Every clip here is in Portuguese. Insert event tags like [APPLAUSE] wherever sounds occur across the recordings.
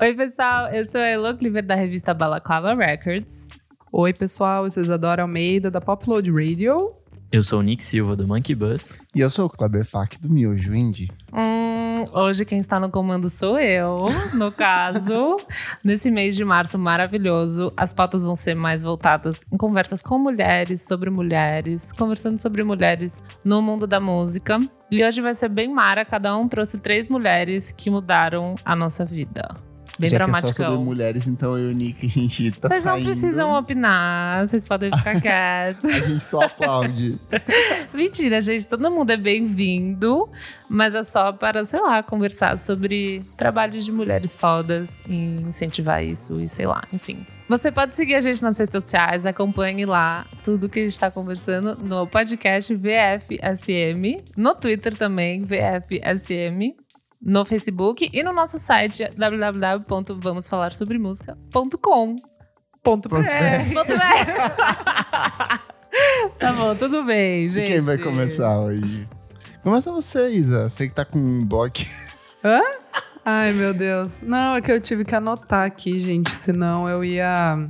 Oi, pessoal. Eu sou a Elo Cleaver da revista Balaclava Records. Oi, pessoal, eu sou Isadora Almeida da Popload Radio. Eu sou o Nick Silva do Monkey Bus. E eu sou o Kleber Fak do Miojo Indie. Hum, hoje quem está no comando sou eu, no caso. Nesse mês de março maravilhoso, as pautas vão ser mais voltadas em conversas com mulheres, sobre mulheres, conversando sobre mulheres no mundo da música. E hoje vai ser bem mara, cada um trouxe três mulheres que mudaram a nossa vida. Bem Já que é só dramática. sobre mulheres, então eu e o Nick, a gente tá Vocês não saindo. precisam opinar, vocês podem [LAUGHS] ficar quietos. A gente só aplaude. Mentira, gente, todo mundo é bem-vindo, mas é só para, sei lá, conversar sobre trabalhos de mulheres fodas e incentivar isso e sei lá, enfim. Você pode seguir a gente nas redes sociais, acompanhe lá tudo que a gente está conversando no podcast VFSM, no Twitter também, VFSM, no Facebook e no nosso site www.vamosfalarsobremusica.com. Ponto Ponto BR. Tudo bem? [LAUGHS] tá bom, tudo bem, E gente. quem vai começar hoje? Começa você, Isa. Você que tá com um bloco. Ai, meu Deus. Não, é que eu tive que anotar aqui, gente, senão eu ia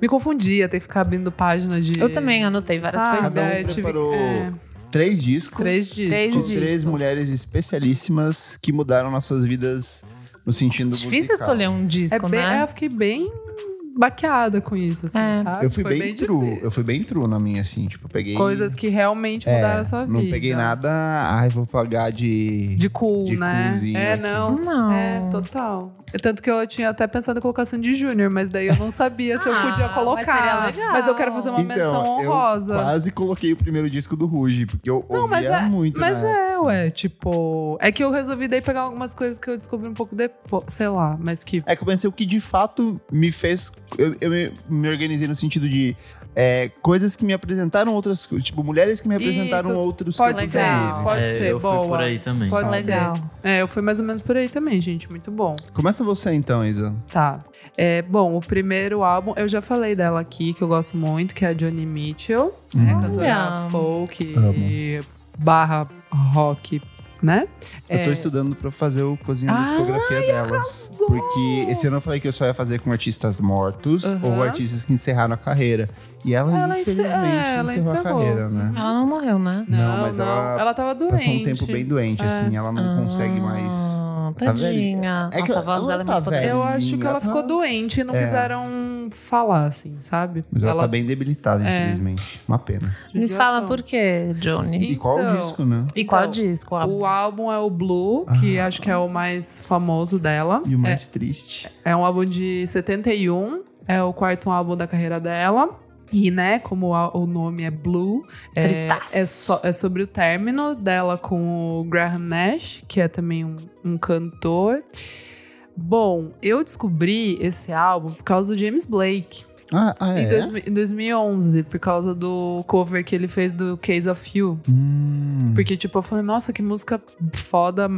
me confundir, ia ter que ficar abrindo página de. Eu também anotei várias sabe? coisas. Cada um Aí eu tive- preparou é, [LAUGHS] Três discos. três dias. Três Com discos. três mulheres especialíssimas que mudaram nossas vidas no sentido Difícil musical. escolher um É disco, bem, é, né? eu fiquei bem baqueada com isso, assim, É. sabe? Eu fui Foi bem, true. difícil. Eu fui bem true na minha, assim. Tipo, eu peguei... Coisas que realmente É, mudaram a sua vida. Não peguei nada... Ai, vou pagar de... De cool, De né? coolzinho É, aqui. não. Não. É, total. Tanto que eu tinha até pensado em colocação de júnior, mas daí eu não sabia se eu Ah, podia mas colocar. seria legal. Mas eu quero fazer uma menção Então, eu honrosa. quase coloquei o primeiro disco do Ruge, porque eu Não, ouvia mas é- muito, Mas né? é, ué, tipo. É que eu resolvi daí pegar algumas coisas que eu descobri um pouco depois, sei lá, mas que. É que eu pensei o que de fato me fez... Eu, eu me, me organizei no sentido de... é, coisas que me apresentaram outras... co- Tipo, mulheres que me Isso, apresentaram outros pode tipos de ser, música. Pode É, ser, eu boa. fui por aí também. Pode sabe? ser. Tá Legal. É, eu fui mais ou menos por aí também, gente. Muito bom. Começa você então, Isa. Tá. É, bom, o primeiro álbum, eu já falei dela aqui, que eu gosto muito, que é a Johnny Mitchell, né? Hum. Cantora Olha. folk Amo. barra rock, né? Eu tô estudando pra fazer o cozinho da Ai, discografia delas. arrasou! Porque esse ano eu falei que eu só ia fazer com artistas mortos Aham. ou artistas que encerraram a carreira. E ela, Ela ence- infelizmente, é, ela encerrou a encerrou. carreira, né? Ela não morreu, né? Não, mas ela tava Ah, doente. Ah. Passou um tempo bem doente, assim. Ela não consegue mais... Ah, Tá Tadinha. velha. É que Nossa, a ela- voz ela dela é tá muito velha. poderosa. Eu acho que ela Ela tá- ficou doente e não É. quiseram falar, assim, sabe? Mas ela, tá bem debilitada, É. infelizmente. Uma pena. Me fala por quê, Johnny? E qual o Então, disco, né? E, qual então, disco? A- O álbum é o Blue, que acho que é o mais famoso dela. Ah. E o mais triste. É um álbum de 71, é o quarto álbum da carreira dela. E, né, como a- o nome é Blue, é, Tristaço. é, so- é sobre o término dela com o Graham Nash, que é também um, um cantor. Bom, eu descobri esse álbum por causa do James Blake, Ah, ah, é? em, dois mi- em 2011, por causa do cover que ele fez do Case of You. Hum. Porque, tipo, eu falei, nossa, que música foda,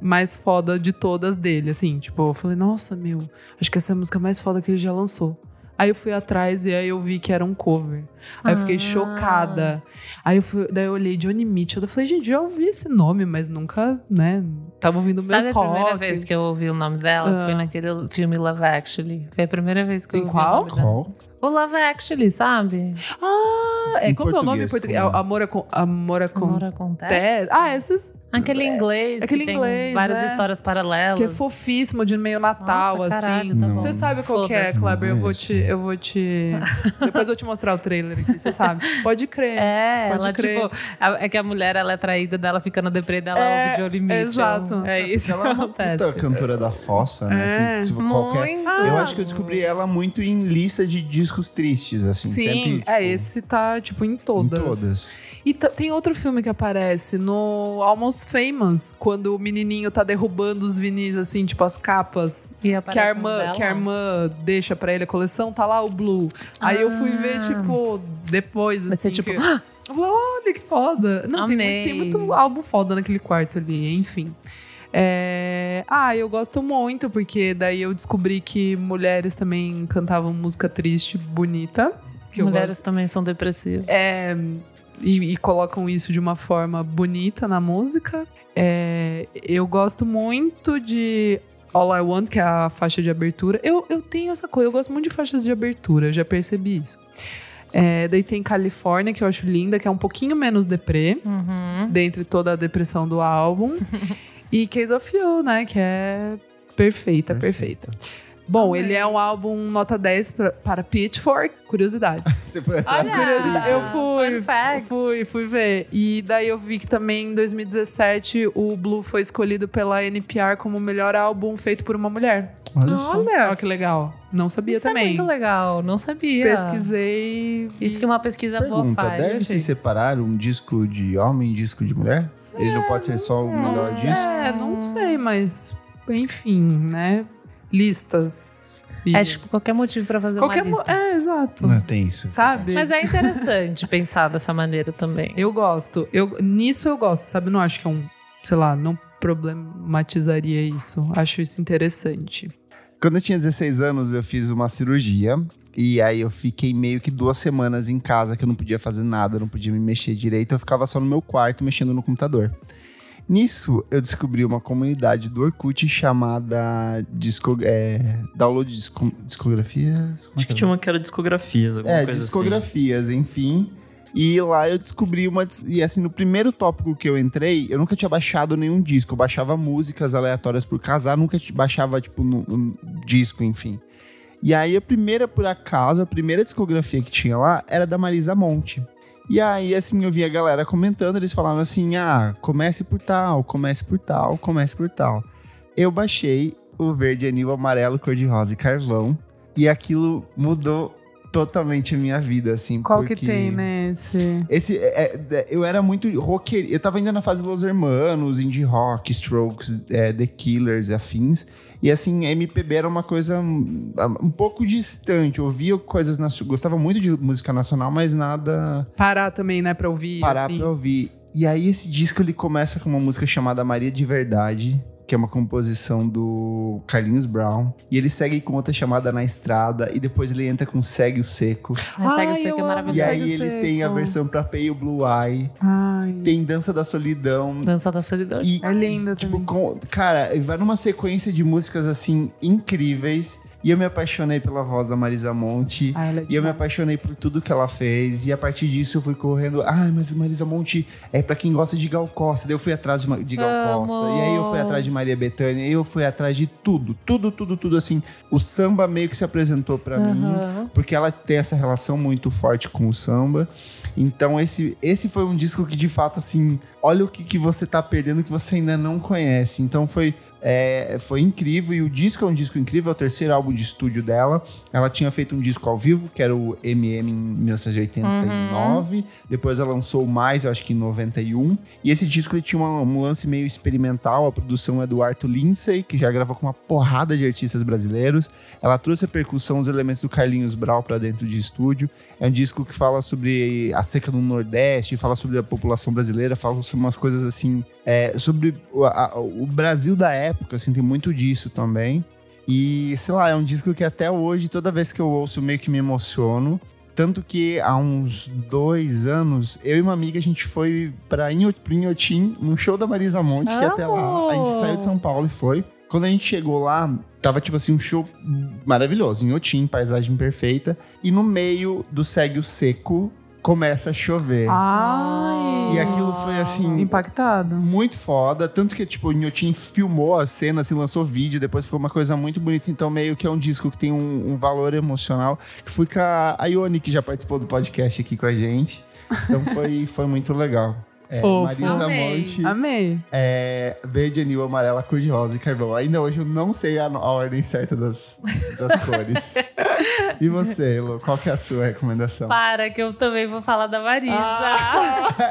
mais foda de todas dele, assim. Tipo, eu falei, nossa, meu, acho que essa é a música mais foda que ele já lançou. Aí eu fui atrás e aí eu vi que era um cover. Aí eu fiquei Ah. chocada. Aí eu fui, daí eu olhei Johnny Mitchell. Eu falei, gente, já ouvi esse nome, mas nunca, né? Tava ouvindo meus Sabe a primeira rock. vez que eu ouvi o nome dela? Ah. Foi naquele filme Love Actually. Foi a primeira vez que eu Em ouvi qual? o nome dela. Qual? O Love Actually, sabe? Ah, é Em como é o nome em português, português? como é? Amor, acon- amor Amor acontece. acontece. Ah, esses Aquele inglês. Aquele que tem inglês, Várias é. histórias paralelas. que é fofíssimo de meio Natal, Nossa, assim. caralho, tá Não. bom. Você sabe qual que é, Foda-se. Kleber? Eu vou Isso. te. Eu [LAUGHS] vou te. Depois eu vou te mostrar o trailer aqui, você sabe. Pode crer. É, Pode ela crer. tipo. a- É que a mulher ela é traída dela, fica na deprê dela, É, ouve Johnny Mitchell. exato. É isso que Ela é uma acontece. puta cantora da fossa, né? É. Se- se Muito. qualquer- Eu Ah, acho que eu descobri ela muito em lista de discos tristes, assim. Sim, sempre, tipo, é, esse tá, tipo, em Em todas. todas. E ta- tem outro filme que aparece no Almost Famous, quando o menininho tá derrubando os vinis, assim, tipo, as capas. E Que aparece a, um irmã, dela. que a irmã deixa pra ele a coleção, tá lá o Blue. Aí eu fui ver, Ah. tipo, depois, assim. Vai ser tipo, que- Eu falei, olha que foda. Não, tem Amei. muito, tem muito álbum foda naquele quarto ali, enfim. É, Ah, eu gosto muito, porque daí eu descobri que mulheres também cantavam música triste, bonita. Que eu mulheres gosto. também são depressivas. É, E, e colocam isso de uma forma bonita na música. É, Eu gosto muito de All I Want, que é a faixa de abertura. Eu, eu tenho essa coisa, eu gosto muito de faixas de abertura, eu já percebi isso. É, daí tem Califórnia, que eu acho linda, que é um pouquinho menos deprê, Uhum. dentre toda a depressão [LAUGHS] do álbum. e Case of You, né, que é perfeita, perfeita. Bom, Amei. ele é um álbum nota 10 pra- para Pitchfork, curiosidades. Você foi Ah, atrás. Olha, É, Curiosidade. Eu É. fun fui. facts. Fui, fui ver. E daí eu vi que também em 2017 o Blue foi escolhido pela NPR como o melhor álbum feito por uma mulher. Olha só. Olha, Olha que legal. Não sabia Isso é também. muito legal, não sabia. Pesquisei. Isso que uma pesquisa é boa Pergunta, faz. deve se separar um disco de homem e um disco de mulher? Ele não pode ser só o melhor sei, disco? É, não sei, mas enfim, né? Listas. E- É tipo qualquer motivo pra fazer Qualquer uma mo- lista. É, exato. Não, tem isso. Sabe? Mas é interessante [LAUGHS] pensar dessa maneira também. Eu gosto. Eu, nisso eu gosto, sabe? Não acho que é um, sei lá, não problematizaria isso. Acho isso interessante. Quando eu tinha 16 anos, eu fiz uma cirurgia. E aí eu fiquei meio que duas semanas em casa, que eu não podia fazer nada, não podia me mexer direito. Eu ficava só no meu quarto, mexendo no computador. Nisso, eu descobri uma comunidade do Orkut chamada disco, é, Download disco, Discografias? Como é Acho que tinha uma que era discografias, alguma É, coisa assim. discografias, enfim. E lá eu descobri uma. dis- E assim, no primeiro tópico que eu entrei, eu nunca tinha baixado nenhum disco. Eu baixava músicas aleatórias por casar, nunca ti- baixava, tipo, no, um disco, enfim. E aí a primeira, por acaso, a primeira discografia que tinha lá era da Marisa Monte. E aí, assim, eu vi a galera comentando, eles falavam assim: ah, comece por tal, comece por tal, comece por tal. Eu baixei o verde, anil, amarelo, cor de rosa e carvão. E aquilo mudou totalmente a minha vida, assim. Qual que porque- tem, né? Esse... Esse, é, é, eu era muito rocker. Eu tava ainda na fase Los Hermanos, indie rock, Strokes, é, The Killers e afins. E assim, MPB era uma coisa um, um pouco distante. Eu ouvia coisas. Na, gostava muito de música nacional, mas nada Parar também, né? Pra ouvir. parar assim. pra ouvir. E aí esse disco ele começa com uma música chamada Maria de Verdade, que é uma composição do Carlinhos Brown. E ele segue com outra chamada Na Estrada, e depois ele entra com Segue o Seco. Mas segue Ai, isso aqui eu é amo e maravilhoso. Ah, Segue aí o ele Seco. tem a versão pra Pay o Blue Eye, Ai, tem Dança da Solidão. Dança da solidão. E, é linda tipo, também. com- cara, vai numa sequência de músicas assim incríveis. E eu me apaixonei pela voz da Marisa Monte. Ah, ela é E eu me demais. apaixonei por tudo que ela fez. E a partir disso eu fui correndo. Ai, mas Marisa Monte é pra quem gosta de Gal Costa. Daí eu fui atrás de, Ma- de Gal Amo. Costa. E aí eu fui atrás de Maria Bethânia. E eu fui atrás de tudo, tudo, tudo, tudo. Assim, o samba meio que se apresentou pra mim. Aham. Porque ela tem essa relação muito forte com o samba. Então, esse, esse foi um disco que, de fato, assim, olha o que, que você tá perdendo que você ainda não conhece. Então, foi, é, foi incrível. E o disco é um disco incrível, é o terceiro álbum de estúdio dela. Ela tinha feito um disco ao vivo, que era o MM em 1989. Depois ela lançou mais, eu acho que em 91. E esse disco ele tinha uma- um lance meio experimental. A produção é do Arthur Lindsay, que já gravou com uma porrada de artistas brasileiros. Ela trouxe a percussão, os elementos do Carlinhos Brau pra dentro de estúdio. É um disco que fala sobre a seca no Nordeste, fala sobre a população brasileira, fala sobre umas coisas assim, é, sobre o, a- o Brasil da época, assim, tem muito disso também. E, sei lá, é um disco que até hoje, toda vez que eu ouço, meio que me emociono. Tanto que há uns dois anos, eu e uma amiga, a gente foi pra Inho- pro Inhotim, num show da Marisa Monte, que até lá. A gente Amo! saiu de São Paulo e foi. Quando a gente chegou lá, tava tipo assim, um show maravilhoso, Inhotim, paisagem perfeita. E no meio do Segue o Seco, começa a chover. Ai. é. E aquilo foi Ah, assim- Impactado. Muito foda, tanto que, tipo, o Nhotin filmou a cena, assim, lançou vídeo, depois ficou uma coisa muito bonita, então meio que é um disco que tem um, um valor emocional, que foi com a a Ione, que já participou do podcast aqui com a gente, então foi, foi muito legal. É, Fofo. Marisa Amei. Monte, Amei. é, verde, anil, amarela, cor de rosa e carvão. Ainda hoje eu não sei a, a ordem certa das, [LAUGHS] das cores. e você, Elô, qual que é a sua recomendação? Para que eu também vou falar da Marisa. [LAUGHS]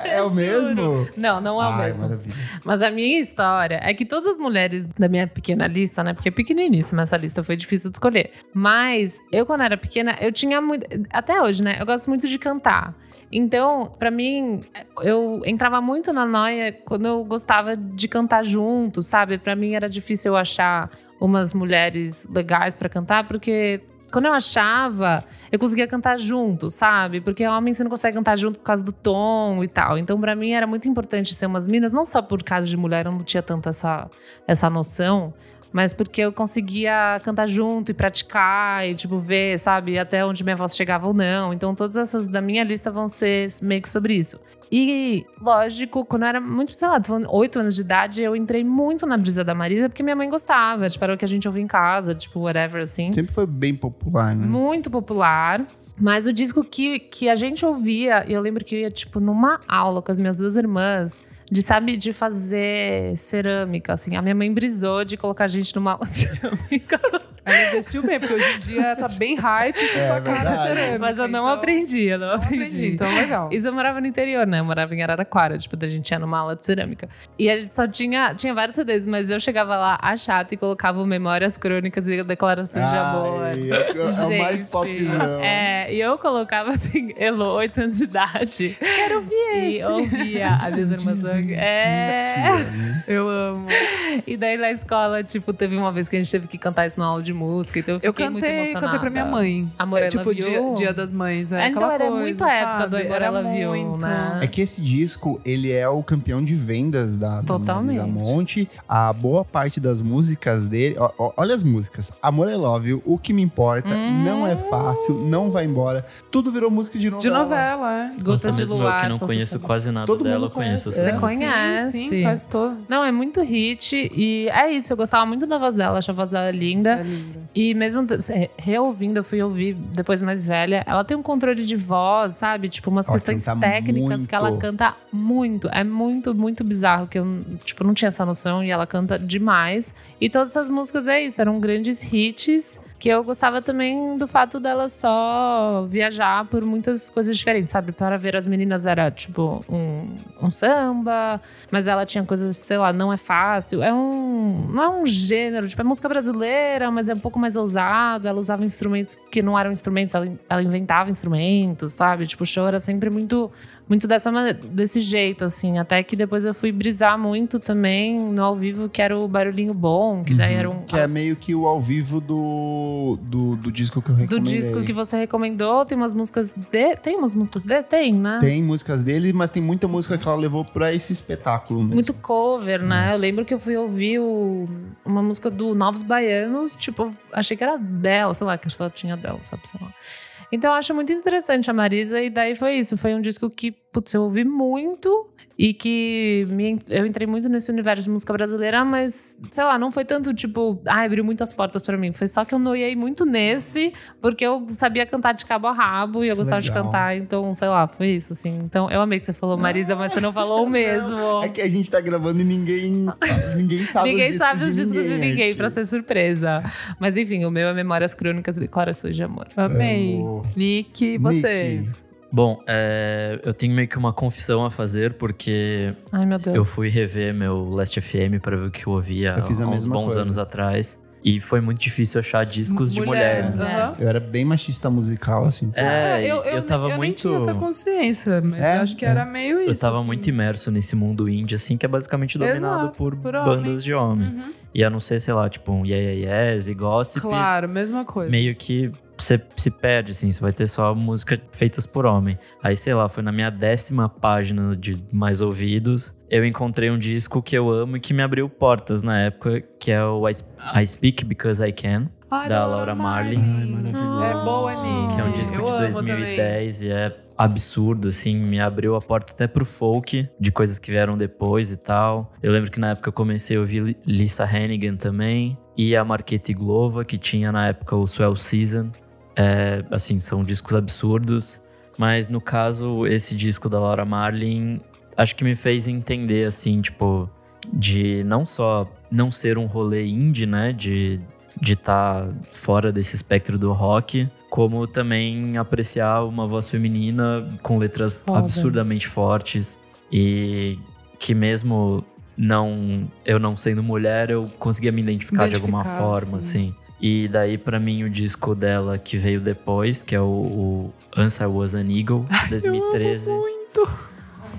é o [LAUGHS] juro. mesmo? Não, não é o Ai, mesmo. maravilha. Mas a minha história é que todas as mulheres da minha pequena lista, né? Porque é pequeniníssima essa lista, foi difícil de escolher. Mas eu, quando era pequena, eu tinha muito. Até hoje, né? Eu gosto muito de cantar. Então, pra mim, eu entrava muito na noia quando eu gostava de cantar junto, sabe? Pra mim era difícil eu achar umas mulheres legais pra cantar, porque quando eu achava, eu conseguia cantar junto, sabe? Porque homem você não consegue cantar junto por causa do tom e tal. Então, pra mim, era muito importante ser umas minas, não só por causa de mulher, eu não tinha tanto essa, essa noção. mas porque eu conseguia cantar junto e praticar e, tipo, ver, sabe, até onde minha voz chegava ou não. Então, todas essas da minha lista vão ser meio que sobre isso. E, lógico, quando eu era muito, sei lá, oito anos de idade, eu entrei muito na brisa da Marisa porque minha mãe gostava, tipo, era o que a gente ouvia em casa, tipo, whatever, assim. Sempre foi bem popular, né? Muito popular. Mas o disco que, que a gente ouvia, e eu lembro que eu ia, tipo, numa aula com as minhas duas irmãs, de, sabe, de fazer cerâmica, assim. A minha mãe brisou de colocar a gente numa aula de [LAUGHS] cerâmica. Ela investiu bem, porque hoje em dia tá bem hype com É, sua cara verdade. cerâmica. Mas eu não então- aprendi, eu não, Não aprendi, então legal. Isso eu morava no interior, né? Eu morava em Araraquara, tipo, da gente ia numa aula de cerâmica. E a gente só tinha, tinha vários CDs, mas eu chegava lá, a chata, e colocava o Memórias Crônicas e Declarações de Amor. Ai, é, é o mais Gente, popzão. É, e eu colocava assim, [LAUGHS] Elo, 8 anos de idade. Quero ouvir E esse. ouvia as minhas irmãs. É. Eu amo. E daí na escola, tipo, teve uma vez que a gente teve que cantar isso na aula de música, então eu fiquei Eu muito cantei, emocionada. cantei pra minha mãe. Amor, I é, tipo, love dia, you. dia das mães, é Ah, então aquela era coisa, muito a época do sabe? Amor, I Era love you, muito. né? É que esse disco, ele é o campeão de vendas da, da Totalmente. Marisa Monte. A boa parte das músicas dele... ó, ó, olha as músicas. Amor é Love, You, O Que Me Importa, Hum. Não É Fácil, Não Vai Embora. Tudo virou música de novela. De novela, é. Gotas Nossa, de mesmo luar, eu que não só conheço sossego. quase nada Todo dela, mundo eu conheço conhece, né? essa é. música. Conhece. Sim, sim, quase todas. Não, é muito hit e é isso. Eu gostava muito da voz dela, acho a voz dela linda. É lindo. E mesmo t- se- reouvindo, eu fui ouvir depois mais velha. Ela tem um controle de voz, sabe? Tipo, umas Ela questões canta técnicas que ela muito. canta muito. É muito, muito bizarro que eu, tipo, não tinha essa noção e ela canta demais. E todas essas músicas é isso, eram grandes hits. Que eu gostava também do fato dela só viajar por muitas coisas diferentes, sabe? Para ver as meninas era tipo um, um samba, mas ela tinha coisas, sei lá, não é fácil. É um. Não é um gênero, tipo, é música brasileira, mas é um pouco mais ousado. Ela usava instrumentos que não eram instrumentos, ela, ela inventava instrumentos, sabe? Tipo, o show era sempre muito, muito dessa, mane- desse jeito, assim. Até que depois eu fui brisar muito também no ao vivo, que era o Barulhinho Bom, que daí Uhum. era um. Que é meio que o ao vivo do, do, do disco que eu do recomendei. disco que você recomendou, tem umas músicas de. Tem umas músicas de? Tem, né? Tem músicas dele, mas tem muita música que ela levou pra esse espetáculo mesmo. Muito cover, né? Nossa. Eu lembro que eu fui ouvir o- uma música do Novos Baianos, tipo, eu achei que era dela, sei lá, que só tinha dela, sabe? Sei lá. Então eu acho muito interessante a Marisa, e daí foi isso. Foi um disco que, putz, eu ouvi muito e que me en- eu entrei muito nesse universo de música brasileira, mas, sei lá, não foi tanto tipo, ai, abriu muitas portas pra mim. Foi só que eu noiei muito nesse, porque eu sabia cantar de cabo a rabo e eu gostava de Legal. cantar, então, sei lá, foi isso, assim. Então eu amei que você falou Marisa, mas você não falou o mesmo. [LAUGHS] É que a gente tá gravando e ninguém, ninguém sabe os Ninguém discos sabe os de discos de ninguém ninguém, aqui. pra ser surpresa. Mas enfim, o meu é Memórias Crônicas e Declarações de Amor. Amei. É, Amor. Nick, você? Nick, Bom, é, eu tenho meio que uma confissão a fazer, porque Ai, meu Deus. eu fui rever meu Last FM pra ver o que eu ouvia Tá. Eu fiz a há uns mesma bons coisa. anos atrás. E foi muito difícil achar discos de mulheres. né? mulheres, aham. Eu era bem machista musical, assim. Ah, É, eu, eu, tava eu muito. nem tinha essa consciência, mas É, eu acho que é. era meio isso. Eu tava assim. muito imerso nesse mundo indie, assim, que é basicamente dominado Exato, por, por homem. bandas de homem. Uhum. E a não ser, sei lá, tipo um Yeah Yeah Yes e Gossip, Claro, mesma coisa. Tipo, meio que você se perde, assim, você vai ter só música feitas por homem. Aí, sei lá, foi na minha décima página de mais ouvidos, eu encontrei um disco que eu amo e que me abriu portas na época, que é o I, Sp- I Speak Because I Can, Ai, da Laura Marley. Ai, maravilhoso. É boa, Nick. que é um disco eu de amo 2010 e é absurdo, assim, me abriu a porta até pro folk, de coisas que vieram depois e tal. Eu lembro que na época eu comecei a ouvir Li- Lisa Hannigan também, e a Marquete Glova, que tinha na época o Swell Season. É, assim, são discos absurdos, mas no caso, esse disco da Laura Marlin, acho que me fez entender, assim, tipo, de não só não ser um rolê indie, né, de de estar fora desse espectro do rock, como também apreciar uma voz feminina com letras Foda. absurdamente fortes e que mesmo não eu não sendo mulher, eu conseguia me identificar, de alguma Identificar, forma, sim. assim. E daí, pra mim, o disco dela que veio depois, que é o, o Answer Was [LAUGHS] an Eagle, de 2013.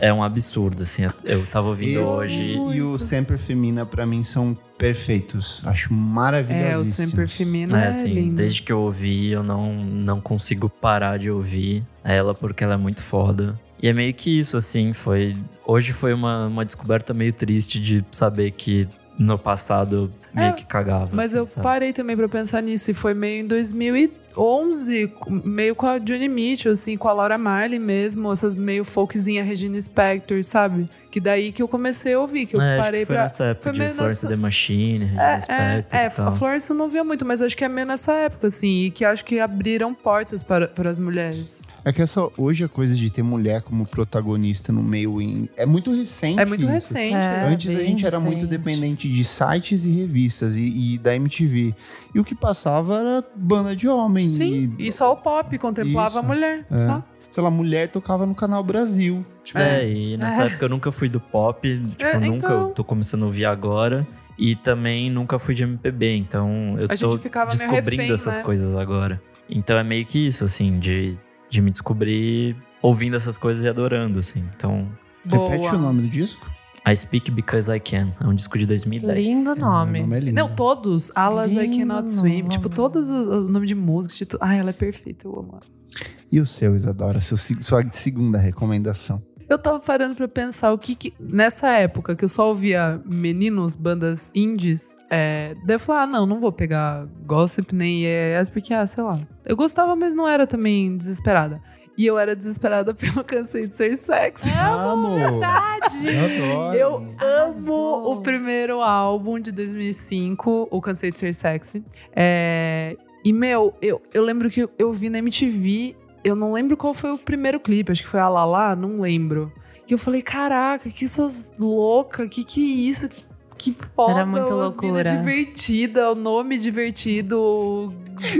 É um absurdo, assim. Eu tava ouvindo Esse hoje. e o Sempre Femina, pra mim, são perfeitos. Acho É, o maravilhosos. Sempre Feminino É, é, assim, lindo. desde que eu ouvi, eu não, não consigo parar de ouvir ela porque ela é muito foda. E é meio que isso, assim, foi. Hoje foi uma, uma descoberta meio triste de saber que no passado meio É, que cagava. Mas assim, eu sabe? parei também pra pensar nisso. E foi meio em 2011, com- meio com a Johnny Mitchell, assim, com a Laura Marley mesmo. Essas meio folkzinha Regina Spector, sabe? Que daí que eu comecei a ouvir, que eu É, acho parei que foi pra... nessa época foi de meio Florence nessa- The Machine, Regina É, é, Spector é, e a tal. Florence eu não via muito, mas acho que é meio nessa época, assim, e que acho que abriram portas para, para as mulheres. É que essa, hoje a coisa de ter mulher como protagonista no meio in- é muito recente. É muito isso. recente. É. Antes a bem gente era muito recente. dependente de sites e revistas e, e da MTV. E o que passava era banda de homem. Sim, e, e só o pop contemplava Isso. a mulher, só. sei lá, mulher tocava no canal Brasil. Tipo, É, e nessa É. época eu nunca fui do pop, tipo, É, nunca, então- eu tô começando a ouvir agora. E também nunca fui de MPB, então eu A tô gente ficava meio descobrindo refém, essas né? coisas agora. Então é meio que isso, assim, de, de me descobrir ouvindo essas coisas e adorando, assim. Então, repete o nome do disco? I Speak Because I Can, é um disco de 2010. Lindo nome. O nome é né? lindo. Não, todos. Alas I Lindo Cannot Swim. nome. Tipo, todos os, o nome de música. De tu... Ai, ela é perfeita, eu amo ela. E o seu, Isadora? Seu, se- sua segunda recomendação. Eu tava parando pra pensar o que que... Nessa época que eu só ouvia meninos, bandas indies, é... daí eu falava, ah, não, não vou pegar Gossip nem ES, porque, ah, sei lá. Eu gostava, mas não era também desesperada. E eu era desesperada [LAUGHS] pelo Cansei de Ser Sexy. Amo! É Verdade! Eu adoro. Eu amo Arrasou. o primeiro álbum de 2005, O Cansei de Ser Sexy. É, E, meu, eu, eu lembro que eu, eu vi na MTV, eu não lembro qual foi o primeiro clipe, acho que foi a Lala, não lembro. Que eu falei, caraca, que essas loucas, que que é isso? Que, que foda, Era muito umas mina loucura. divertida, o nome divertido.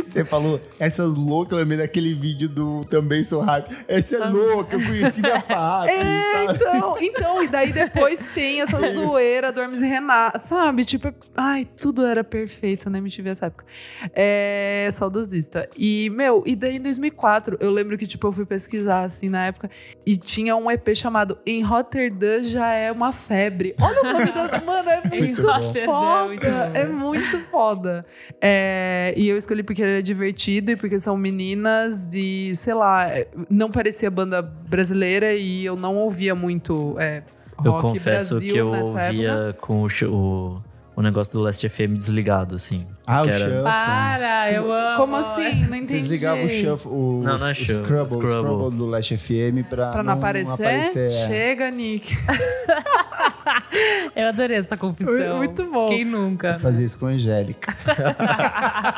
Você falou, essas loucas, eu lembrei daquele vídeo do Também Sou Hype. Essa é louca, eu conheci [LAUGHS] da FAP, sabe? É, Então, então, e daí depois tem essa zoeira do Hermes e Renato, sabe? Tipo, é- ai, tudo era perfeito né? na MTV essa época. É, saudosista. E, meu, e daí em 2004, eu lembro que, tipo, eu fui pesquisar, assim, na época, e tinha um EP chamado Em Rotterdam Já É Uma Febre. Olha o nome das... Mano, é muito Em Muito bom. Rotterdam, muito foda. bom. É muito foda. É, e eu escolhi porque ele é divertido e porque são meninas e, sei lá, é, não parecia banda brasileira e eu não ouvia muito é, rock Eu confesso Brasil que eu nessa ouvia época. com o, sh- o, o negócio do Last FM desligado, assim. Ah, o Que era- Shuffle. Para, eu amo. Como assim? Não entendi. Vocês ligavam o Shuffle, o, Não, não é Shuffle, o Scrubble, o Scrubble. Scrubble do Last FM pra, Pra não, aparecer? aparecer, é. Chega, Nick. Eu adorei essa confissão. Muito bom. Quem né? nunca? Fazer isso com a Angélica.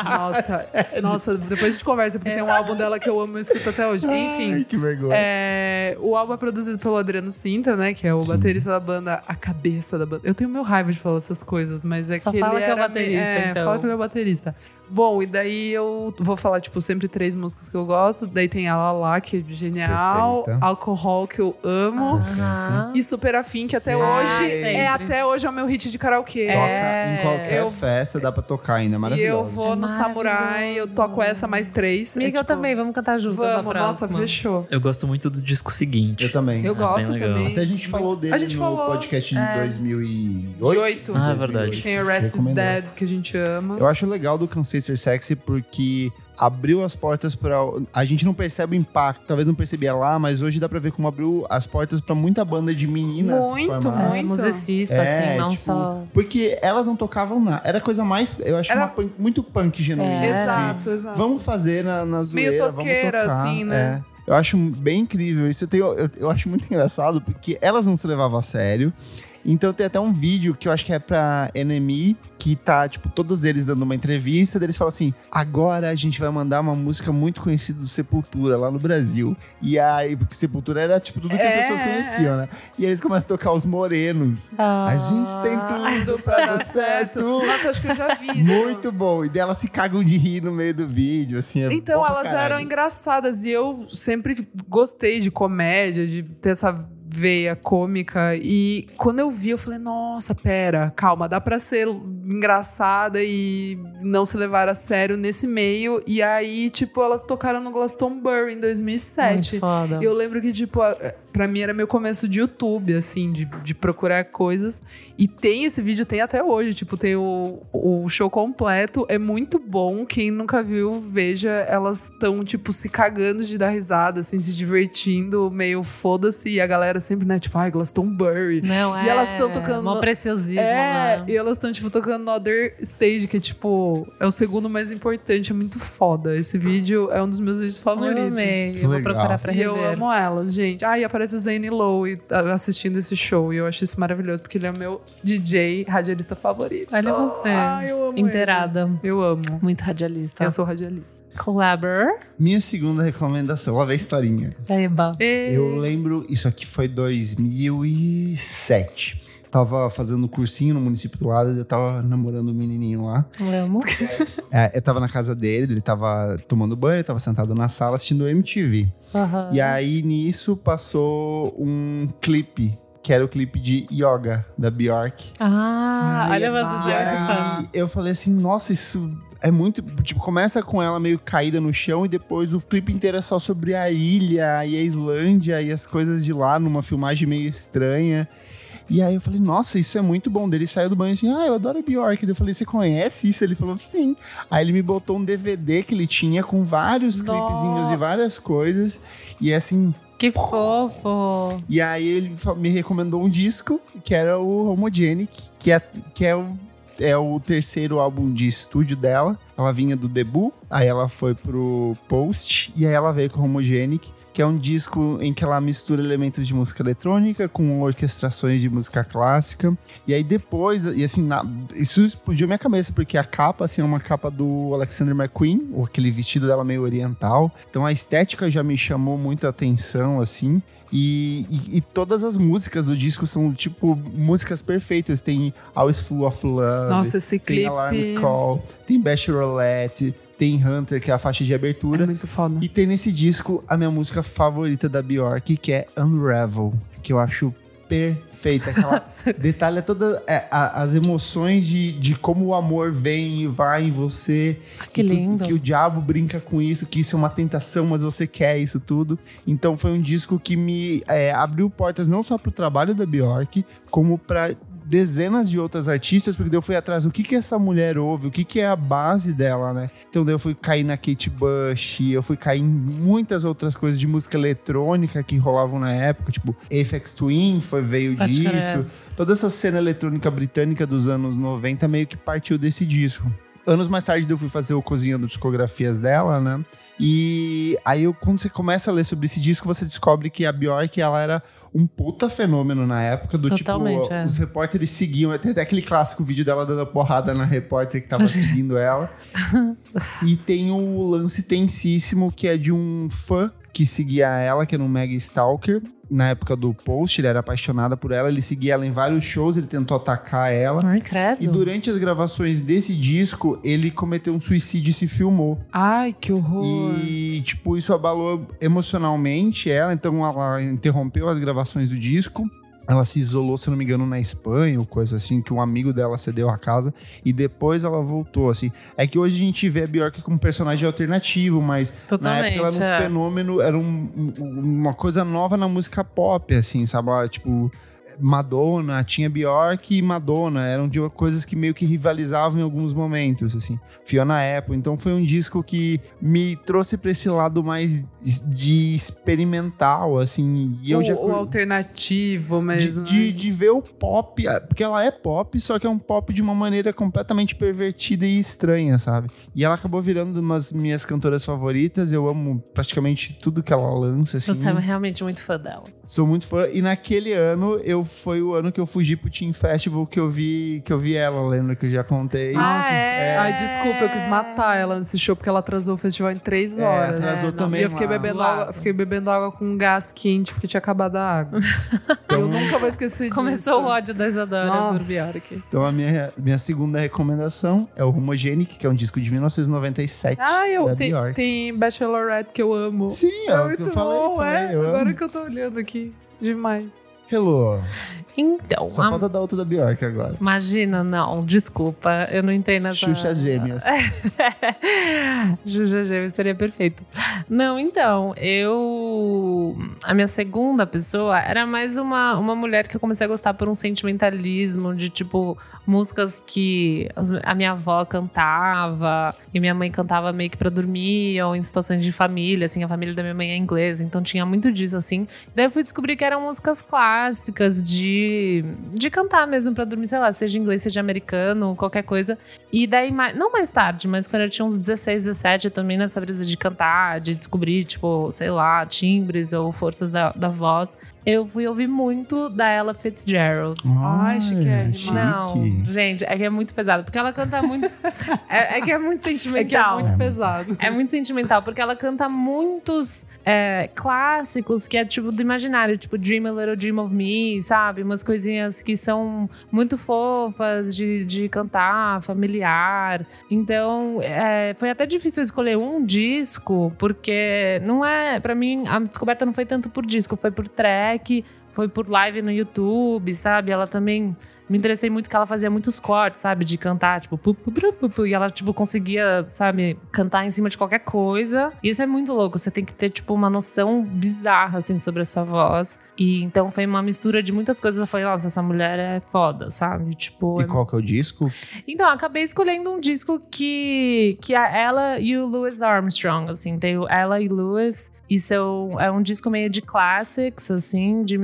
Nossa, nossa, depois a gente conversa, porque tem um álbum dela que eu amo e escuto até hoje. Enfim. Ai, que vergonha. É, o álbum é produzido pelo Adriano Sintra, né? Que é o Sim. baterista da banda, a cabeça da banda. Eu tenho meu raiva de falar essas coisas, mas é Só que fala ele que é o era baterista, meio- é, então. fala que ele é o baterista. Bom, e daí eu vou falar, tipo, sempre três músicas que eu gosto. Daí tem a Lala, que é genial. Perfeita. Alcohol, que eu amo. então. Aham. E Super Afim, que até Sempre. hoje... Sempre. É, até hoje é o meu hit de karaokê. Toca é, em qualquer eu- festa, dá pra tocar ainda, é E maravilhoso. eu vou no Maravilhoso. Samurai, eu toco essa mais três. É, Amiga, eu tipo, também, vamos cantar junto na Vamos, nossa, próxima. fechou. Eu gosto muito do disco seguinte. Eu também. Eu Ah, bem gosto legal. também. Até a gente falou dele A gente no falou. é. podcast de 2008. De oito. Ah, é verdade. Tem o Rat is Recomendado. Dead, que a gente ama. Eu acho legal do Cansei de Ser Sexy porque abriu as portas pra. A gente não percebe o impacto, talvez não percebia lá, mas hoje dá pra ver como abriu as portas pra muita banda de meninas. Muito, formar. É, Muito. musicista, Ah. É, assim, não tipo, só. Porque elas não tocavam nada. Era coisa mais. Eu acho Era- uma punk- muito punk genuína. assim. É. de Exato, exato. Vamos fazer na, na zoeira, tosqueira, vamos tocar. assim, né? É. Eu acho bem incrível isso. Eu, tenho- eu- eu acho muito engraçado porque elas não se levavam a sério. Então tem até um vídeo que eu acho que é pra NME, que tá, tipo, todos eles dando uma entrevista, deles falam assim: agora a gente vai mandar uma música muito conhecida do Sepultura lá no Brasil. E aí, porque Sepultura era tipo tudo que É, as pessoas é, conheciam, né? E aí eles começam a tocar os morenos. A gente tem Ah. tudo pra dar [LAUGHS] certo. Nossa, acho que eu já vi isso. Muito bom. E delas se cagam de rir no meio do vídeo, assim. é bom Então, pra elas caralho. eram engraçadas e eu sempre gostei de comédia, de ter essa veia cômica. E quando eu vi, eu falei, nossa, pera, calma, dá pra ser engraçada e não se levar a sério nesse meio. E aí, tipo, elas tocaram no Glastonbury em 2007. Muito Ah, é, tipo, foda. E Eu lembro que, tipo, a- pra mim era meu começo de YouTube, assim, de, de procurar coisas. E tem esse vídeo, tem até hoje. Tipo, tem o, o show completo. É muito bom. Quem nunca viu, veja. Elas estão, tipo, se cagando de dar risada, assim, se divertindo, meio foda-se. E a galera sempre, né? Tipo, ai, Glastonbury. Não, é. E elas tão tocando Mó no- preciosismo, É, né? e elas estão, tipo, tocando no Other Stage, que é, tipo, é o segundo mais importante, é muito foda. Esse vídeo é um dos meus vídeos Eu favoritos. amei. Que Eu vou legal. procurar pra e rever. eu amo elas, gente. Ah, e aparece o Zane Lowe ah, assistindo esse show. E eu acho isso maravilhoso, porque ele é o meu DJ radialista favorito. Olha você. Ah, eu amo. Inteirada. ele. Eu amo. Muito Tá. radialista. Eu sou radialista. Clever. Minha segunda recomendação, lá vem a historinha. Eba. É. Eu lembro, isso aqui foi 2007. Tava fazendo um cursinho no município do lado, eu tava namorando um menininho lá. Amo. É, eu tava na casa dele, ele tava tomando banho, eu tava sentado na sala assistindo MTV. Aham. Ah. E aí nisso passou um clipe, que era o clipe de Yoga, da Bjork. Ah, Ai, olha você. Eba. você é muito fã. E eu falei assim, nossa, isso é muito. Tipo, começa com ela meio caída no chão e depois o clipe inteiro é só sobre a ilha e a Islândia e as coisas de lá, numa filmagem meio estranha. E aí eu falei, nossa, isso é muito bom. Daí Ele saiu do banho assim, ah, eu adoro a Bjork. Daí Eu falei, você conhece isso? Ele falou, sim. Aí ele me botou um DVD que ele tinha com vários Nossa. clipezinhos e várias coisas. E assim, Que fofo. e aí ele fa- me recomendou um disco, que era o Homogenic, que é, que é, o, é o terceiro álbum de estúdio dela. Ela vinha do debut, aí ela foi pro Post, e aí ela veio com o Homogenic, que é um disco em que ela mistura elementos de música eletrônica com orquestrações de música clássica. E aí depois, e assim, na- isso explodiu minha cabeça, porque a capa, assim, é uma capa do Alexander McQueen, ou aquele vestido dela meio oriental. Então a estética já me chamou muito a atenção, assim. E, e- e todas as músicas do disco são, tipo, músicas perfeitas. Tem Always Full of Love, Nossa, esse tem Alarm clipe Call, tem Bachelorette, tem Hunter, que é a faixa de é abertura. muito foda. E tem nesse disco a minha música favorita da Bjork, que é Unravel, que eu acho perfeita. [LAUGHS] que ela detalha todas as emoções de, de como o amor vem e vai em você. Ah, Que o- lindo. Que o diabo brinca com isso, que isso é uma tentação, mas você quer isso tudo. Então foi um disco que me é, abriu portas não só pro trabalho da Bjork, como pra dezenas de outras artistas, porque daí eu fui atrás do que que essa mulher ouve, o que que é a base dela, né? Então daí eu fui cair na Kate Bush, eu fui cair em muitas outras coisas de música eletrônica que rolavam na época, tipo Aphex Twin foi, veio Pode disso. crer. Toda essa cena eletrônica britânica dos anos 90 meio que partiu desse disco. Anos mais tarde eu fui fazer o Cozinhando Discografias dela, né? E aí, eu- quando você começa a ler sobre esse disco, você descobre que a Bjork, ela era um puta fenômeno na época, do Totalmente, tipo, é. os repórteres seguiam, tem até aquele clássico vídeo dela dando a porrada na repórter [LAUGHS] que tava seguindo ela. E tem o lance tensíssimo, que é de um fã que seguia ela, que era um mega stalker. Na época do post, ele era apaixonado por ela, ele seguia ela em vários shows, ele tentou atacar ela. Ai, credo. E durante as gravações desse disco, ele cometeu um suicídio e se filmou. Ai, que horror. E, tipo, isso abalou emocionalmente ela, então ela interrompeu as gravações do disco. Ela se isolou, se eu não me engano, na Espanha, ou coisa assim, que um amigo dela cedeu a casa, e depois ela voltou, assim. É que hoje a gente vê a Bjork como personagem alternativo, mas Totalmente. na época ela era um é. fenômeno, era um- um- uma coisa nova na música pop, assim, sabe? Ah, Tipo, Madonna, tinha Bjork e Madonna, eram de coisas que meio que rivalizavam em alguns momentos, assim. Fiona Apple, então foi um disco que me trouxe pra esse lado mais de experimental, assim, e eu o, já... o alternativo De, mesmo. né? de, de ver o pop, ah, porque ela é pop, só que é um pop de uma maneira completamente pervertida e estranha, sabe? E ela acabou virando uma das minhas cantoras favoritas, eu amo praticamente tudo que ela lança, assim. Você é realmente muito fã dela. Sou muito fã. E naquele ano, eu foi o ano que eu fugi pro Team Festival que eu vi, que eu vi ela, lembra que eu já contei? Nossa. é? Ai, desculpa, eu quis matar ela nesse show porque ela atrasou o festival em três É, horas. atrasou É, não, também E eu fiquei lá. bebendo, Zoado. água, fiquei bebendo água com um gás quente porque tinha acabado a [LAUGHS] água. eu nunca vou esquecer [LAUGHS] Começou o disso. ódio da Isadora Nossa. Durbiara aqui. Então a minha, minha segunda recomendação é o Homogenic, que é um disco de 1997. Ah, da eu tem, Bjork. tem Bachelorette que eu amo. Sim, é é o que muito eu falei. bom, falei, é. eu amo. Agora que eu tô olhando aqui. Demais. Hello. Então, Só a- falta da outra da Bjork agora. imagina, não, desculpa, eu não entrei nessa. Xuxa Gêmeas. É. [LAUGHS] Juja Gêmeos seria perfeito. Não, então, eu. A minha segunda pessoa era mais uma, uma mulher que eu comecei a gostar por um sentimentalismo de tipo músicas que as- a minha avó cantava e minha mãe cantava meio que pra dormir ou em situações de família, assim, a família da minha mãe é inglesa, então tinha muito disso, assim. Daí eu fui descobrir que eram músicas clássicas de, de cantar mesmo pra dormir, sei lá, seja inglês, seja americano, qualquer coisa. E daí, ma- não mais tarde, mas quando eu tinha uns 16, 17, eu também nessa brisa de cantar, de descobrir, tipo, sei lá, timbres ou forças da, da voz, eu fui ouvir muito da Ella Fitzgerald. Ai, chiquérrimo. chique. Não, gente, é que é muito pesado, porque ela canta muito. [LAUGHS] é, é que é muito É que é sentimental. muito pesado. [LAUGHS] É muito sentimental, porque ela canta muitos é, clássicos que é tipo do imaginário, tipo Dream a Little Dream of Me, sabe? Umas coisinhas que são muito fofas de, de cantar, familiar. Então, é, foi até difícil escolher um disco, porque não é. Pra mim, a descoberta não foi tanto por disco, foi por track, foi por live no YouTube, sabe? Ela também me interessei muito que ela fazia muitos cortes, sabe? De cantar, tipo, pu, pu, pu, pu, pu, e ela, tipo, conseguia, sabe, cantar em cima de qualquer coisa. E isso é muito louco. Você tem que ter, tipo, uma noção bizarra, assim, sobre a sua voz. E então foi uma mistura de muitas coisas. Eu falei, nossa, essa mulher é foda, sabe? Tipo. E é- qual que é o disco? Então, eu acabei escolhendo um disco que, que a ela e o Louis Armstrong, assim, tem o ela e Louis. E são, é um disco meio de classics, assim, de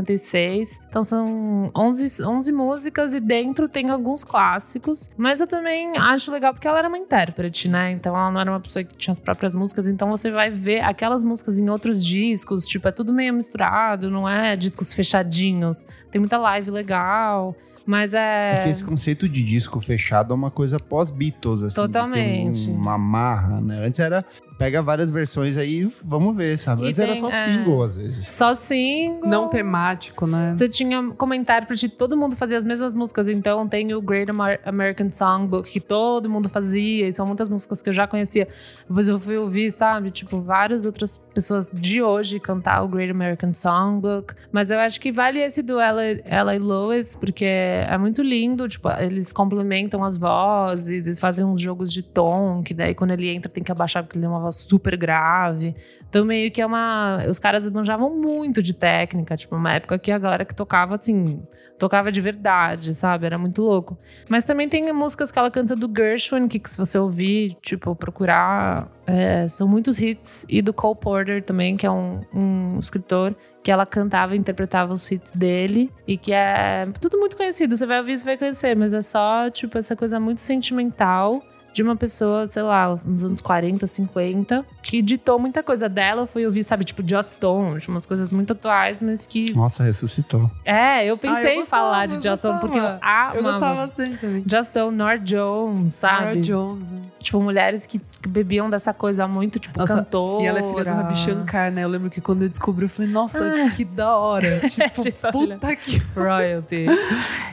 1956. Então são 11, 11 músicas e dentro tem alguns clássicos. Mas eu também acho legal porque ela era uma intérprete, né? Então ela não era uma pessoa que tinha as próprias músicas. Então você vai ver aquelas músicas em outros discos. Tipo, é tudo meio misturado, não é discos fechadinhos. Tem muita live legal. Mas é. Porque esse conceito de disco fechado é uma coisa pós-Beatles, assim. de ter um- Totalmente. uma marra, né? Antes era, pega várias versões aí, vamos ver, sabe? E Antes era tem, só é. single, às vezes. Só single. Não temático, né? Você tinha comentário pra todo mundo fazia as mesmas músicas. Então tem o Great Amer- American Songbook que todo mundo fazia. E são muitas músicas que eu já conhecia. Depois eu fui ouvir, sabe? Tipo, várias outras pessoas de hoje cantar o Great American Songbook. Mas eu acho que vale esse do Ella, Ella e Lois, porque é muito lindo. Tipo, eles complementam as vozes, eles fazem uns jogos de tom, que daí quando ele entra tem que abaixar porque ele é uma voz super grave. Então, meio que é uma. Os caras manjavam muito de técnica. Tipo, uma época que a galera que tocava, assim, tocava de verdade, sabe? Era muito louco. Mas também tem músicas que ela canta do Gershwin, que se você ouvir, tipo, procurar, é, são muitos hits. E do Cole Porter também, que é um, um escritor que ela cantava e interpretava os hits dele. E que é tudo muito conhecido. Você vai ouvir, você vai conhecer. Mas é só, tipo, essa coisa muito sentimental de uma pessoa, sei lá, nos anos 40, 50, que ditou muita coisa dela. Eu fui ouvir, sabe, tipo, Joss Stone, umas coisas muito atuais, mas que. Nossa, ressuscitou. É, eu pensei Ah, eu em falar gostava, de eu Joss Stone, gostava. porque eu Eu amava. Eu gostava bastante também. Joss Stone, Nor Jones, sabe? Sarah Jones. né? Tipo, mulheres que que bebiam dessa coisa muito, tipo, Nossa, cantora. E ela é filha do Ravi [LAUGHS] Shankar, né? Eu lembro que quando eu descobri, eu falei, nossa, que da hora. [LAUGHS] [LAUGHS] Tipo, Tipo, puta que. Royalty.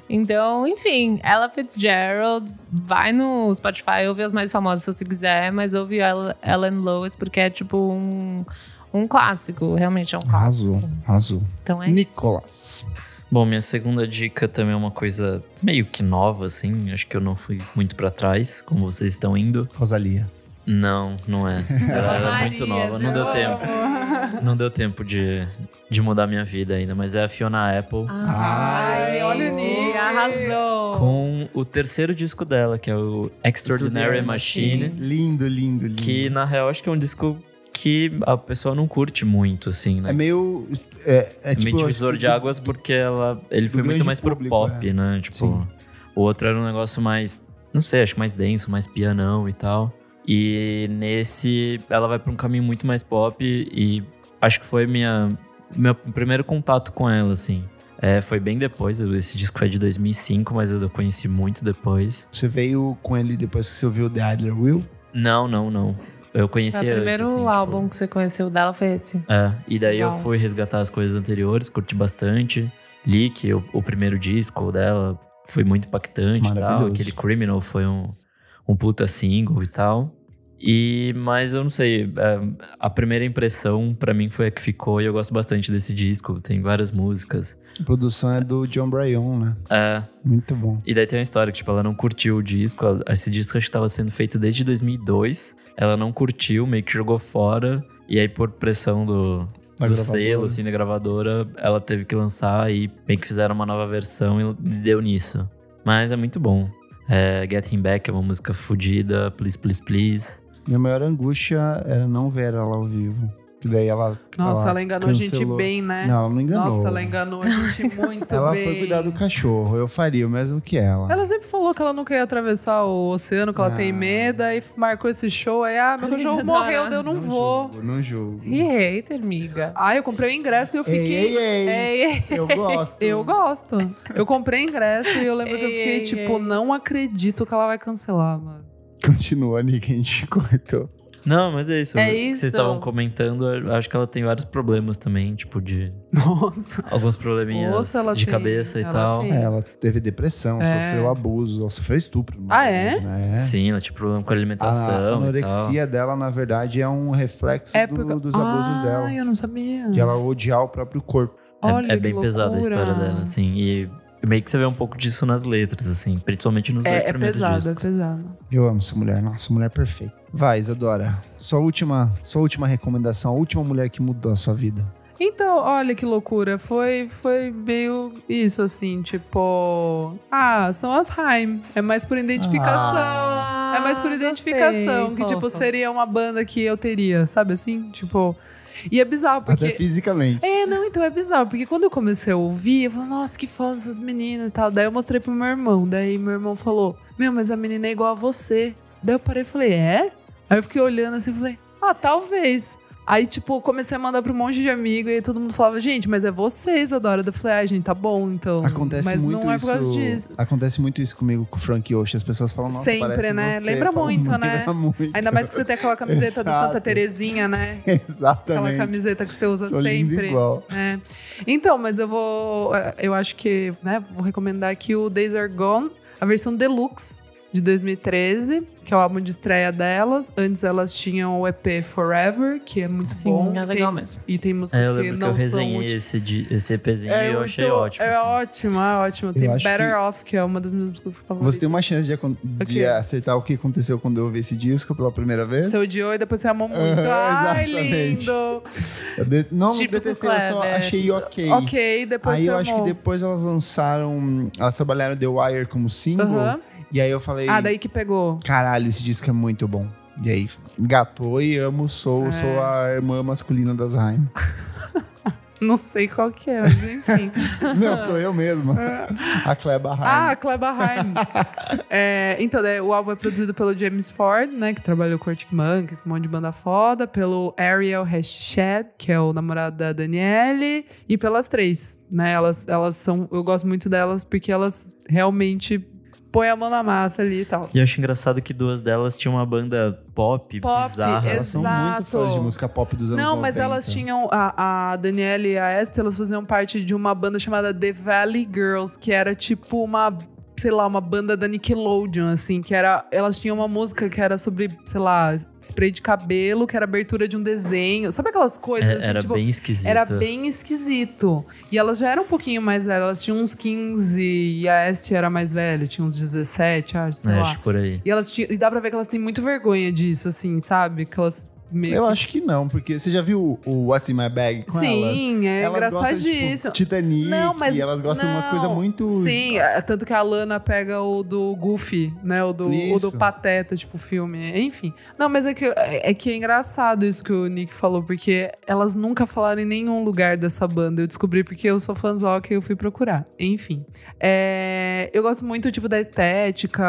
então, enfim, ela Fitzgerald, vai no Spotify, ouve as mais famosas se você quiser, mas ouve ela, Ellen Lois, porque é tipo um, um clássico, realmente é um clássico. Arrasou, arrasou. Então é isso. Nicolas. Bom, minha segunda dica também é uma coisa meio que nova, assim. Acho que eu não fui muito pra trás, como vocês estão indo. Rosalia. Não, não é. Ela era muito nova, não é deu tempo. Não deu tempo de, de mudar minha vida ainda, mas é a Fiona Apple Ah, Ah. Ai, olha o Nick. Arrasou. com o terceiro disco dela, que é o Extraordinary Extraordinary Machine. Lindo, lindo, lindo. né? Que na real acho que é um disco que a pessoa não curte muito, assim, né? É meio. É, é É tipo. meio divisor acho que de águas porque ela, ele do foi muito grande mais pro público, pop, é. né? Tipo, Sim. o outro era um negócio mais, não sei, acho que mais denso, mais pianão e tal. E nesse, ela vai pra um caminho muito mais pop e acho que foi minha meu primeiro contato com ela, assim. É, foi bem depois, esse disco é de 2005, mas eu conheci muito depois. Você veio com ele depois que você ouviu The Idler Will? Não, não, não. Eu conheci Foi O antes, primeiro assim, tipo, álbum que você conheceu dela foi esse. É, e daí eu Legal. fui resgatar as coisas anteriores, curti bastante. Li que o, o primeiro disco dela foi muito impactante e tal. Maravilhoso. Aquele Criminal foi um, um puta single e tal. E, mas eu não sei, é, a primeira impressão pra mim foi a que ficou e eu gosto bastante desse disco. Tem várias músicas. A produção é do John Bryan, né? É, Muito bom. e daí tem uma história que, tipo, ela não curtiu o disco. ela- Esse disco acho que tava sendo feito desde 2002. Ela não curtiu, meio que jogou fora. E aí, por pressão do, Da do gravadora. selo, assim, da gravadora, ela teve que lançar e meio que fizeram uma nova versão e deu nisso. Mas é muito bom. É, Get Him Back é uma música fodida. Please, please, please. Minha maior angústia era não ver ela ao vivo. Que daí ela. Nossa, ela, enganou a gente cancelou. bem, né? Não, ela não enganou. Nossa, ela enganou a [LAUGHS] gente muito Ela bem. foi cuidar do cachorro. Eu faria o mesmo que ela. Ela sempre falou que ela nunca ia atravessar o oceano, que ela Ah. tem medo, aí marcou esse show, aí, ah, meu Ai, cachorro Isadora. morreu, daí eu não, vou. julgo, não julgo. E hater, miga. Ah, eu comprei o ingresso e eu fiquei. Ei, ei, ei. Ei, É, ei. Eu gosto. Eu gosto. Eu comprei ingresso e eu lembro que eu Ei, fiquei ei, tipo, ei. não acredito que ela vai cancelar, mano. Continua, Nick, a gente [LAUGHS] cortou. Não, mas é isso. É O que isso. vocês estavam comentando, eu acho que ela tem vários problemas também, tipo de Nossa. alguns probleminhas Nossa, ela de tem, cabeça e ela tal. tem. É, ela teve depressão, É. sofreu abuso, ela sofreu estupro. na Ah, verdade, né? Sim, ela tinha problema com a alimentação A e tal. anorexia dela, na verdade, é um reflexo É do- porque... dos abusos ah, dela. eu não sabia. De ela odiar o próprio corpo. É- Olha é, que bem pesada a loucura. história dela, assim. E meio que você vê um pouco disso nas letras, assim. Principalmente nos dois É, é primeiros pesado, é discos. pesado. Eu amo essa mulher. Nossa, mulher perfeita. Vai, Isadora. Sua última, sua última recomendação, a última mulher que mudou a sua vida. Então, olha que loucura. Foi, foi meio isso, assim, tipo. Ah, são as Haim. É mais por identificação. É mais por Ah, identificação. gostei, que, tipo, fofa. seria uma banda que eu teria, sabe assim? Tipo. E é bizarro, Até porque. fisicamente. É, não, então é bizarro, porque quando eu comecei a ouvir, eu falei, nossa, que foda essas meninas e tal. Daí eu mostrei pro meu irmão, daí meu irmão falou, meu, mas a menina é igual a você. Daí eu parei e falei, é? Aí eu fiquei olhando assim e falei, ah, talvez. Aí, tipo, eu comecei a mandar pra um monte de amigo e aí todo mundo falava, gente, mas é vocês, Adora. Eu falei, ai, gente, tá bom, então. Acontece mas muito não é isso. por causa disso. Acontece muito isso comigo com o Frank Ocean. As pessoas falam, nossa, Sempre, parece né? você. Lembra Eu falo, [LAUGHS] muito, né? Lembra muito. [LAUGHS] Ainda mais que você tem aquela camiseta da Santa Exato. Terezinha, né? Aquela Exatamente. camiseta que você usa Sou lindo sempre. igual. É. Então, mas eu vou. é, Eu acho que, né, vou recomendar aqui o Days Are Gone, a versão deluxe de 2013, que é o álbum de estreia delas. Antes elas tinham o EP Forever, que é muito Sim, bom. é legal Tem- mesmo. E tem músicas É, eu que lembro que, eu não são resenhei úteis. esse, di- esse EPzinho e eu muito- achei ótimo. É assim. ótimo, é ótimo. Tem acho Better que- Off, que é uma das minhas músicas favoritas. Você tem uma chance de, acon- de Ok. acertar o que aconteceu quando eu ouvi esse disco pela primeira vez? Você odiou e depois você amou muito. Aham, Ai, exatamente. lindo! Eu de- Não Típico detestei, eu só Kleber. achei ok. Ok, depois Aí você eu amou. acho que depois elas lançaram. Elas trabalharam The Wire como single. Aham. E aí eu falei: Ah, daí que pegou. caralho, esse disco é muito bom. E aí engatou e amo, sou, É. sou a irmã masculina [LAUGHS] das Haim. Não sei qual que é, mas [LAUGHS] enfim. Não, sou eu mesma. A Cleba É. Ah, Haim. Kleber Haim. É, então, né, o álbum é produzido pelo James Ford, né? Que trabalhou com Arctic Monkeys, com um monte de banda foda. Pelo Ariel Hashad, que é o namorado da Daniele. E pelas três, né? Elas, elas são... Eu gosto muito delas porque elas realmente põem a mão na massa ali e tal. E eu acho engraçado que duas delas tinham uma banda pop, Pop, bizarra. elas são muito exato. fãs de música pop dos anos Não, mas 90. elas tinham. A, a Daniela e a Esther, elas faziam parte de uma banda chamada The Valley Girls, que era tipo uma. Sei lá, uma banda da Nickelodeon, assim, que era. Elas tinham uma música que era sobre, sei lá, spray de cabelo, que era abertura de um desenho. Sabe aquelas coisas? É, assim, era tipo, bem esquisito. era bem esquisito. E elas já eram um pouquinho mais velhas, elas tinham uns 15 e a Esther era mais velha, tinha uns 17, acho, sei É, lá. acho por aí. E elas tinham, e dá pra ver que elas têm muito vergonha disso, assim, sabe? Que elas meio Eu que acho que não, porque você já viu o What's in My Bag com elas? Sim, é Elas gostam de, tipo, engraçadíssimo. Titanic, Não, mas- e elas gostam de umas não. coisas muito. Sim, é, tanto que a Lana pega o do Goofy, né? O do, o do Isso. Pateta, tipo, o filme. Enfim. Não, mas é que é, é que é engraçado isso que o Nick falou, porque elas nunca falaram em nenhum lugar dessa banda. Eu descobri porque eu sou fanzoca e eu fui procurar. Enfim. É, eu gosto muito, tipo, da estética,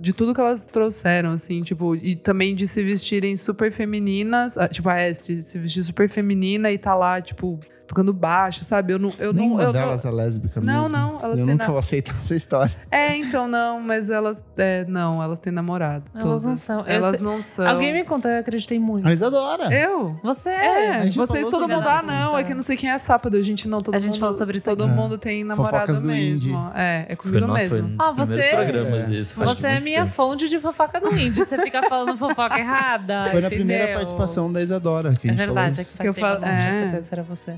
de tudo que elas trouxeram, assim, tipo, e também de se vestirem super femininas. ah, Tipo, a Este se vestir super feminina e tá lá, tipo, tocando baixo, sabe? Eu não. Eu não Nenhuma eu não- delas é lésbica não, mesmo. não, elas Eu têm nunca na- vou aceitar essa história. [LAUGHS] É, então não, mas elas. É, não, elas têm namorado. Elas todas. não são. Eu Elas sei- não são. Alguém me contou, eu acreditei muito. Mas adora. Eu? Você É, a gente vocês falou todo sobre mundo. essa Ah, não, pergunta. é que não sei quem é a sapa. Eu, Gente, não, todo A mundo. gente falou sobre isso Todo aqui. mundo tem namorado É. Fofocas do mesmo. indie. É, é Foi, comigo nossa, foi mesmo. um dos Ah, primeiros você- programas É. isso. faz Você é muito minha tempo. fonte de fofoca no indie. Você fica [LAUGHS] falando fofoca errada. Foi na entendeu? primeira participação da Isadora. Que É a gente falou verdade, é que isso. faz que eu eu falo- falo, tempo, é. é. certeza era você.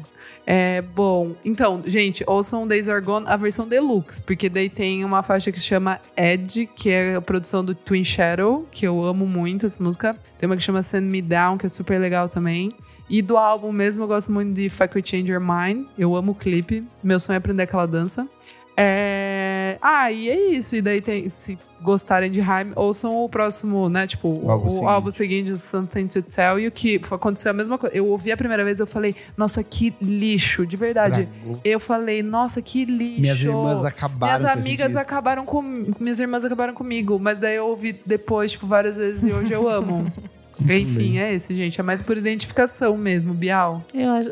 É, bom. Então, gente, ouçam Days Are Gone, a versão deluxe, porque daí tem uma faixa que se chama Edge, que é a produção do Twin Shadow, que eu amo muito essa música. Tem uma que chama Send Me Down, que é super legal também. E do álbum mesmo, eu gosto muito de If I Could Change Your Mind. Eu amo o clipe. Meu sonho é aprender aquela dança. É, Ah, e é isso. E daí tem. Se gostarem de Haim, ouçam o próximo, né? Tipo, o, álbum o seguinte. álbum seguinte, o Something to Tell You, que aconteceu a mesma coisa. Eu ouvi a primeira vez, eu falei, nossa, que lixo, de verdade. Estragou. Eu falei, nossa, que lixo. Minhas irmãs acabaram. Minhas com esse amigas disco. acabaram com. Minhas irmãs acabaram comigo, mas daí eu ouvi depois, tipo, várias vezes e hoje eu [LAUGHS] amo. Enfim, é esse, gente. É mais por identificação mesmo, Bial. Eu acho,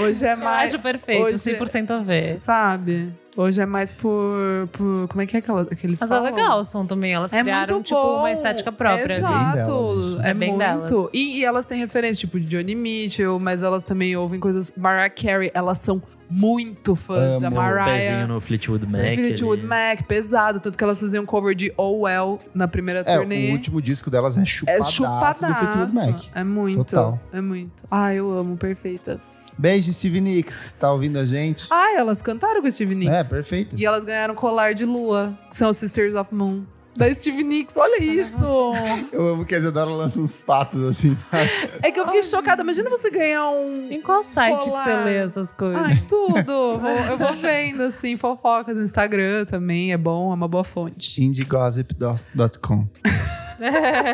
Hoje [LAUGHS] é eu mais. acho perfeito, hoje- é 100% a ver. Sabe? Hoje é mais por. por como é que é aquela, que eles Mas é falam? legal o som também. Elas É criaram, muito tipo, bom. uma estética própria. Exato. ali. delas, isso. Exato. É, É bem muito. delas. E, e elas têm referência, tipo, de Johnny Mitchell, mas elas também ouvem coisas. Mariah Carey, elas são muito fãs da Tem um Mariah. pezinho no Fleetwood Mac. Fleetwood ali. Mac, pesado. Tanto que elas faziam cover de Oh Well na primeira É, turnê. o último disco delas é É chupadaço, do Fleetwood chupadaço. Mac. É muito. Total. É muito. Ai, eu amo perfeitas. Beijo, Steve Nicks. Tá ouvindo a gente? Ai, elas cantaram com o Steve Ah, Nicks. é, perfeito. E elas ganharam colar de lua, que são as Sisters of Moon. Da Steve Nicks, olha isso! Eu amo que a Isadora lança uns patos assim. [LAUGHS] É que eu fiquei chocada. Imagina você ganhar um. Em qual site que você Colar. lê essas coisas? Ai, tudo! Vou- eu [LAUGHS] vou vendo, assim, fofocas no Instagram também. É bom, é uma boa fonte. Indiegossip.com. [LAUGHS]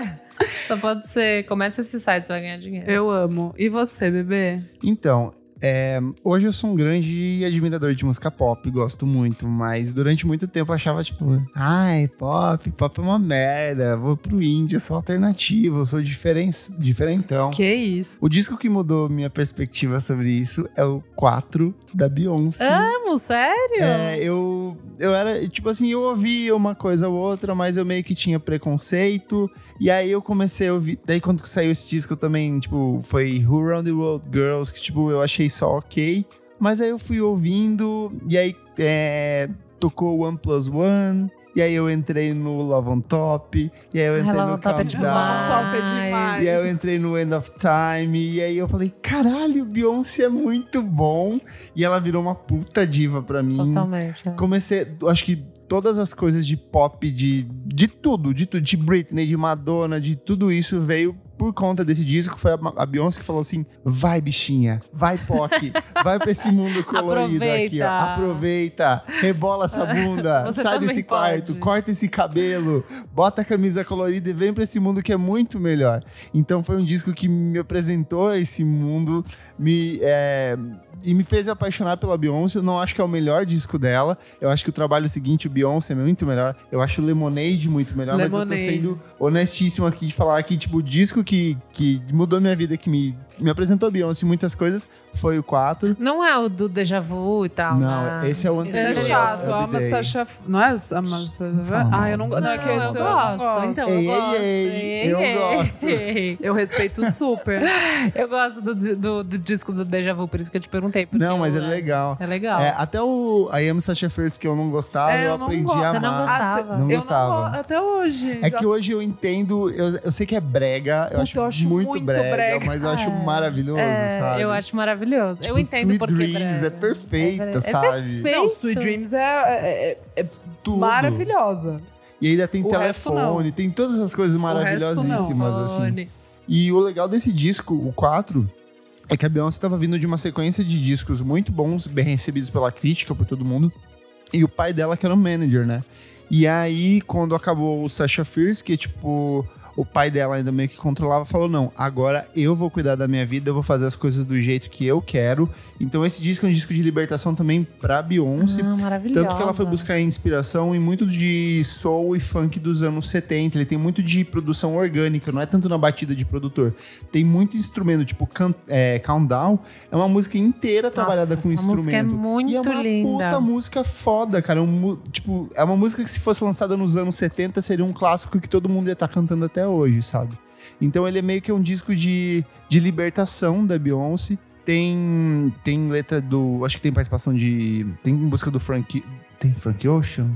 Só pode ser. Começa esse site, você vai ganhar dinheiro. Eu amo. E você, bebê? Então, é, hoje eu sou um grande admirador de música pop, gosto muito, mas durante muito tempo eu achava tipo, ai, pop, pop é uma merda, vou pro indie, eu sou alternativo, eu sou diferen diferentão. Que isso? O disco que mudou minha perspectiva sobre isso é o 4 da Beyoncé. Amo, sério? É, eu, eu era, tipo assim, eu ouvia uma coisa ou outra, mas eu meio que tinha preconceito. E aí eu comecei a ouvir. Daí quando saiu esse disco eu também, tipo, foi Who Round the World Girls, que, tipo, eu achei só ok. Mas aí eu fui ouvindo, e aí é, tocou One Plus One. E aí eu entrei no Love on Top. E aí eu Ai, entrei Love no on Top é Countdown. demais. Top é demais. E aí eu entrei no End of Time, e aí eu falei, caralho, Beyoncé é muito bom. E ela virou uma puta diva pra mim. Totalmente. é. Comecei, eu acho que todas as coisas de pop, de, de tudo, de tudo, de Britney, de Madonna, de tudo isso veio por conta desse disco. Foi a, Ma- a Beyoncé que falou assim: vai, bichinha, [LAUGHS] vai, POC, vai pra esse mundo colorido aqui, ó. Aproveita. Aproveita, [LAUGHS] rebola essa bunda, Você sai também desse quarto, pode. corta esse cabelo, bota a camisa colorida e vem pra esse mundo que é muito melhor. Então foi um disco que me apresentou a esse mundo, me. é, e me fez apaixonar pela Beyoncé. Eu não acho que é o melhor disco dela. Eu acho que o trabalho seguinte, o Beyoncé, é muito melhor. Eu acho o Lemonade muito melhor. Mas eu Lemonade. tô sendo honestíssimo aqui de falar que, tipo, o disco que, que mudou minha vida, que me, me apresentou a Beyoncé em muitas coisas, foi o 4. Não é o do déjà vu e tal. não, né? esse é o Isso anterior. é Entendeu? chato. Everyday. Eu amo a Sasha. Não é a Sasha? Fala. Ah, eu não gosto. Não, é que eu, esse eu não gosto. Então, Ei, ei, eu gosto. ei, eu gosto. Eu respeito super. [LAUGHS] [LAUGHS] Eu gosto do, do- do disco do Deja Vu, por isso que eu te perguntei. porque Não, mas é eu- legal. É legal. É, até o I Am Sasha Fierce, que eu não gostava, É, Ah, eu, eu não aprendi gosto. a Você não amar. gostava? Ah, cê- Não eu gostava. go- até hoje. É que hoje eu entendo, eu, eu sei que é brega, eu, Puta, acho, eu acho muito, muito brega, brega. mas eu acho É. maravilhoso, É, sabe? eu acho maravilhoso. eu Tipo, entendo Sweet porque. Dreams brega. é perfeita, É brega. É sabe? perfeito. Não, Sweet Dreams é, é- é- é Tudo. maravilhosa. E ainda tem O resto não. telefone, tem todas essas coisas maravilhosíssimas, assim. Fone. E o legal desse disco, o 4, é que a Beyoncé estava vindo de uma sequência de discos muito bons, bem recebidos pela crítica, por todo mundo. E o pai dela que era o manager, né? E aí, quando acabou o Sasha Fierce, que tipo, o pai dela ainda meio que controlava, falou: não, agora eu vou cuidar da minha vida, eu vou fazer as coisas do jeito que eu quero. Então esse disco é um disco de libertação também pra Beyoncé. Ah, maravilhosa. tipo, Tanto que ela foi buscar inspiração em muito de soul e funk dos anos 70. Ele tem muito de produção orgânica, não é tanto na batida de produtor. Tem muito instrumento, tipo can, é, Countdown. É uma música inteira trabalhada Nossa, com essa música é instrumento. muito e é uma linda. puta música foda, cara. É um mu- tipo, é uma música que se fosse lançada nos anos 70 seria um clássico que todo mundo ia estar cantando até hoje, sabe? Então ele é meio que um disco de, de libertação da Beyoncé. Tem, tem letra do. Acho que tem participação de. Tem música do Frank. Tem Frank Ocean?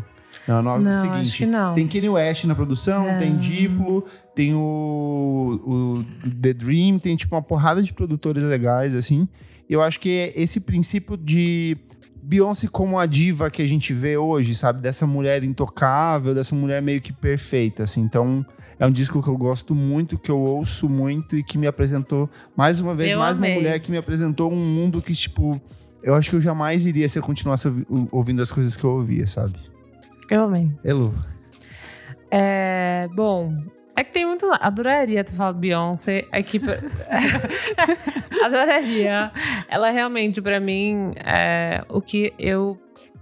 Não, não, é o Não, seguinte. acho que não. Tem Kanye West na produção, É. tem Diplo, tem o, o The Dream, tem tipo uma porrada de produtores legais, assim. Eu acho que é esse princípio de Beyoncé como a diva que a gente vê hoje, sabe? Dessa mulher intocável, dessa mulher meio que perfeita, assim. Então, é um disco que eu gosto muito, que eu ouço muito e que me apresentou, mais uma vez, Eu mais amei. uma mulher que me apresentou um mundo que, tipo... eu acho que eu jamais iria se eu continuasse ouvi- ouvindo as coisas que eu ouvia, sabe? Eu amei. Elu. É, bom, é que tem muito. Adoraria ter falado Beyoncé. É que. [LAUGHS] Adoraria. Ela realmente, pra mim, é, o que eu.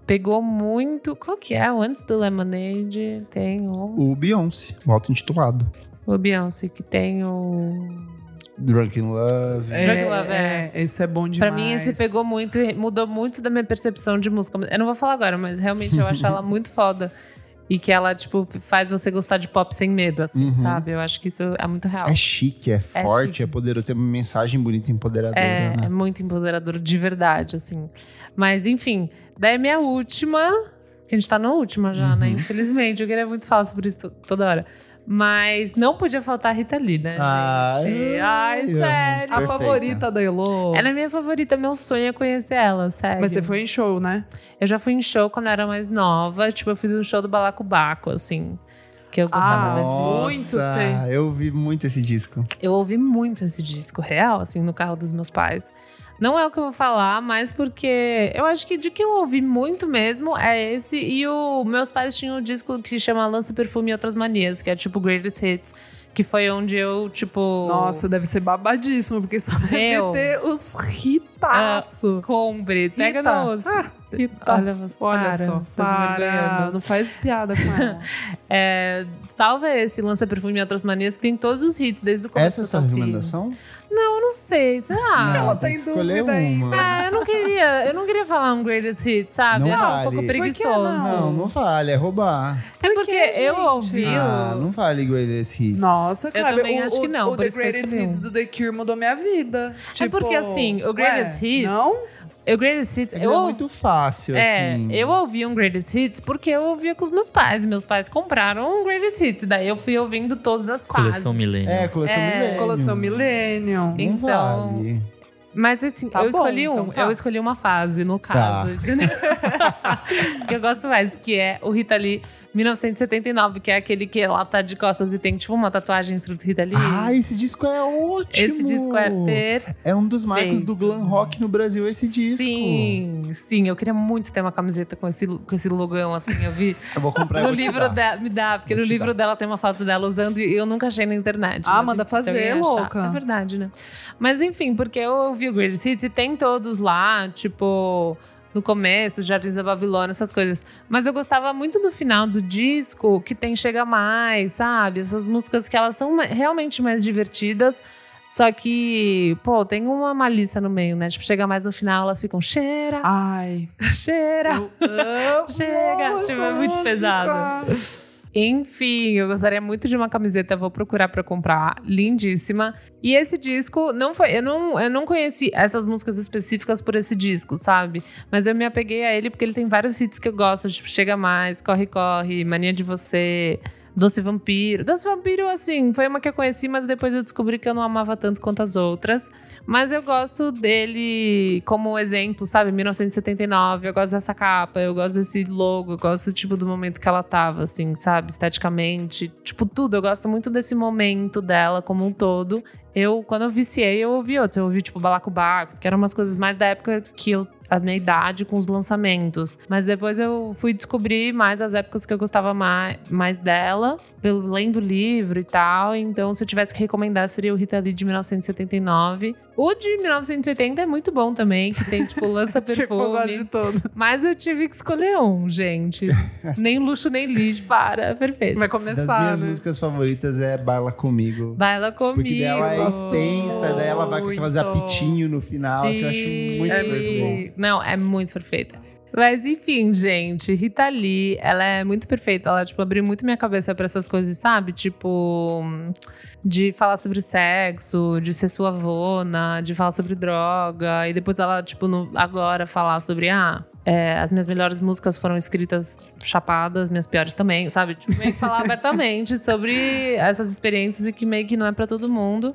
Pegou muito. Qual que é? Antes do Lemonade tem o, O Beyoncé, o auto-intitulado. o Beyoncé, que tem o. Drunk in Love. Drug Love, é, é. esse é bom Pra demais. mim, esse pegou muito, e mudou muito da minha percepção de música. Eu não vou falar agora, mas realmente eu [LAUGHS] acho ela muito foda. E que ela, tipo, faz você gostar de pop sem medo, assim, Uhum. sabe? Eu acho que isso é muito real. É chique, é, forte, chique. é poderoso. Tem uma mensagem bonita e empoderadora, É, é né? muito empoderador de verdade, assim. Mas, enfim, daí é minha última. Que a gente tá na última já, né? Uhum. Infelizmente, eu queria muito falar sobre isso to- toda hora. Mas não podia faltar a Rita Lee, né, Ai, gente? Ai, eu amo. sério. A Perfeita. favorita da Elo. Ela é minha favorita, meu sonho é conhecer ela, sério. Mas você foi em show, né? Eu já fui em show quando eu era mais nova. Tipo, eu fiz um show do Balacobaco, assim. Que eu gostava Ah, desse. muito Nossa, tem. eu ouvi muito esse disco. Eu ouvi muito esse disco real, assim, no carro dos meus pais. Não é o que eu vou falar, mas porque eu acho que de que eu ouvi muito mesmo é esse. E o meus pais tinham um disco que chama Lança Perfume e Outras Manias, que é tipo Greatest Hits, que foi onde eu, tipo. Nossa, deve ser babadíssimo, porque só deve Meu. ter os ritaço. Combre, ah, pega Rita. nos. Ah, Rita. Olha, você, Olha para, só, você se para. vergonhando. Não faz piada [LAUGHS] com ela. É, salva esse Lança Perfume e Outras Manias, que tem todos os hits, desde o começo Essa é a até sua o fim. recomendação? Não, eu não sei, será? Não, Ela tem tem que escolher dúvida ainda. uma. Ah, eu não queria, eu não queria falar um greatest hit, sabe? Não Eu acho vale. um pouco Por que preguiçoso. Não, não vale, é roubar. É Por porque que, eu gente? ouvi Ah, o- não vale Greatest Hits. Nossa, cara. também o, acho que não, O, o por The isso que eu Greatest escolhi Hits um. do The Cure mudou minha vida. Tipo, porque, assim, o ué, Greatest Hits- Não? o greatest hit. Ele Eu é ouvi, muito fácil, é, assim. eu ouvi um greatest hits porque eu ouvia com os meus pais. Meus pais compraram um greatest hits, daí eu fui ouvindo todas as Coleção fases. Milênio. É, coleção É. Millennium. Colossal Millennium. Não Então, vale. Mas assim, Tá eu bom, escolhi um, então tá. eu escolhi uma fase no caso, entendeu? [LAUGHS] que eu gosto mais, que é o Rita Lee 1979, que é aquele que ela tá de costas e tem tipo uma tatuagem escrito Rita Lee. Ah, esse disco é ótimo! Esse disco é perfeito. É um dos marcos do glam rock no Brasil, esse disco. Sim, sim. Eu queria muito ter uma camiseta com esse, com esse logão, assim. Eu vi Eu vou comprar no eu vou te livro dar. dela. Me dá, porque Vou no te livro dar. dela tem uma foto dela usando e eu nunca achei na internet. Ah, mas manda se alguém fazer, achar- louca. É verdade, né? Mas enfim, porque eu ouvi o Great City, tem todos lá, tipo. No começo, Jardins da Babilônia, essas coisas. Mas eu gostava muito do final do disco, que tem Chega Mais, sabe? Essas músicas que elas são ma- realmente mais divertidas. Só que, pô, tem uma malícia no meio, né? Tipo, chega mais no final, elas ficam cheira, Ai. Ah, cheira. Eu [LAUGHS] amo Chega, essa tipo, é muito música. pesado. Enfim, eu gostaria muito de uma camiseta, vou procurar pra comprar, lindíssima. E esse disco não foi, eu não, eu não conheci essas músicas específicas por esse disco, sabe? Mas eu me apeguei a ele porque ele tem vários hits que eu gosto, tipo Chega Mais, Corre Corre, Mania de Você, Doce Vampiro. Doce Vampiro assim, foi uma que eu conheci, mas depois eu descobri que eu não amava tanto quanto as outras. Mas eu gosto dele como exemplo, sabe? 1979, eu gosto dessa capa, eu gosto desse logo, eu gosto, tipo, do momento que ela tava, assim, sabe? Esteticamente, tipo, tudo. Eu gosto muito desse momento dela como um todo. Eu, quando eu viciei, eu ouvi outros. Eu ouvi, tipo, Balacobaco, que eram umas coisas mais da época que eu... A minha idade com os lançamentos. Mas depois eu fui descobrir mais as épocas que eu gostava mais, mais dela, pelo lendo o livro e tal. Então, se eu tivesse que recomendar, seria o Rita Lee de 1979. O de 1980 é muito bom também, que tem, tipo, lança-perfume. [LAUGHS] Tipo, eu gosto de todo. Mas eu tive que escolher um, [LAUGHS] gente. nem luxo, nem lixo. Para, perfeito. Vai Das começar, minhas né? músicas favoritas é Baila Comigo. Baila comigo. Porque dela é extensa, daí ela vai com aquelas Muito. apitinho no final. que eu acho muito, É muito bom. muito Não, é muito perfeita. Mas enfim, gente, Rita Lee, ela é muito perfeita. Ela, tipo, abriu muito minha cabeça pra essas coisas, sabe? Tipo, de falar sobre sexo, de ser sua avona, de falar sobre droga. E depois ela, tipo, no- agora falar sobre, ah, é, as minhas melhores músicas foram escritas chapadas, minhas piores também, sabe? Tipo, meio que falar abertamente sobre essas experiências e que meio que não é pra todo mundo.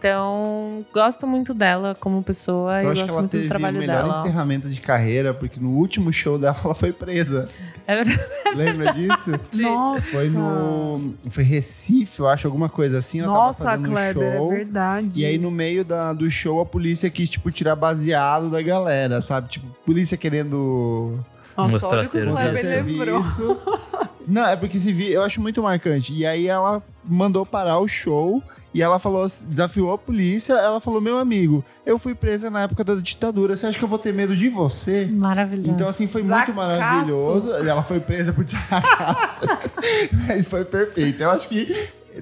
Então, gosto muito dela como pessoa Eu e acho gosto que ela muito do teve o trabalho melhor dela. encerramento de carreira, porque no último show dela ela foi presa. É Lembra disso? verdade. Nossa. Foi no. Foi Recife, eu acho, alguma coisa assim. Ela tava Nossa, fazendo Kleber, show. é verdade. E aí, no meio da- do show, a polícia quis, tipo, tirar baseado da galera, sabe? Tipo, polícia querendo Nossa, Mostrar olha o que o serviço. Kleber mostrar lembrou. serviço. Não, é porque se vi, eu acho muito marcante. E aí ela mandou parar o show e ela falou, desafiou a polícia, ela falou: "Meu amigo, eu fui presa na época da ditadura. Você acha que eu vou ter medo de você?" [LAUGHS] Maravilhoso. Então, assim, foi Desacato. muito maravilhoso. Ela foi presa por [LAUGHS] desacato. Mas foi perfeito. Eu acho que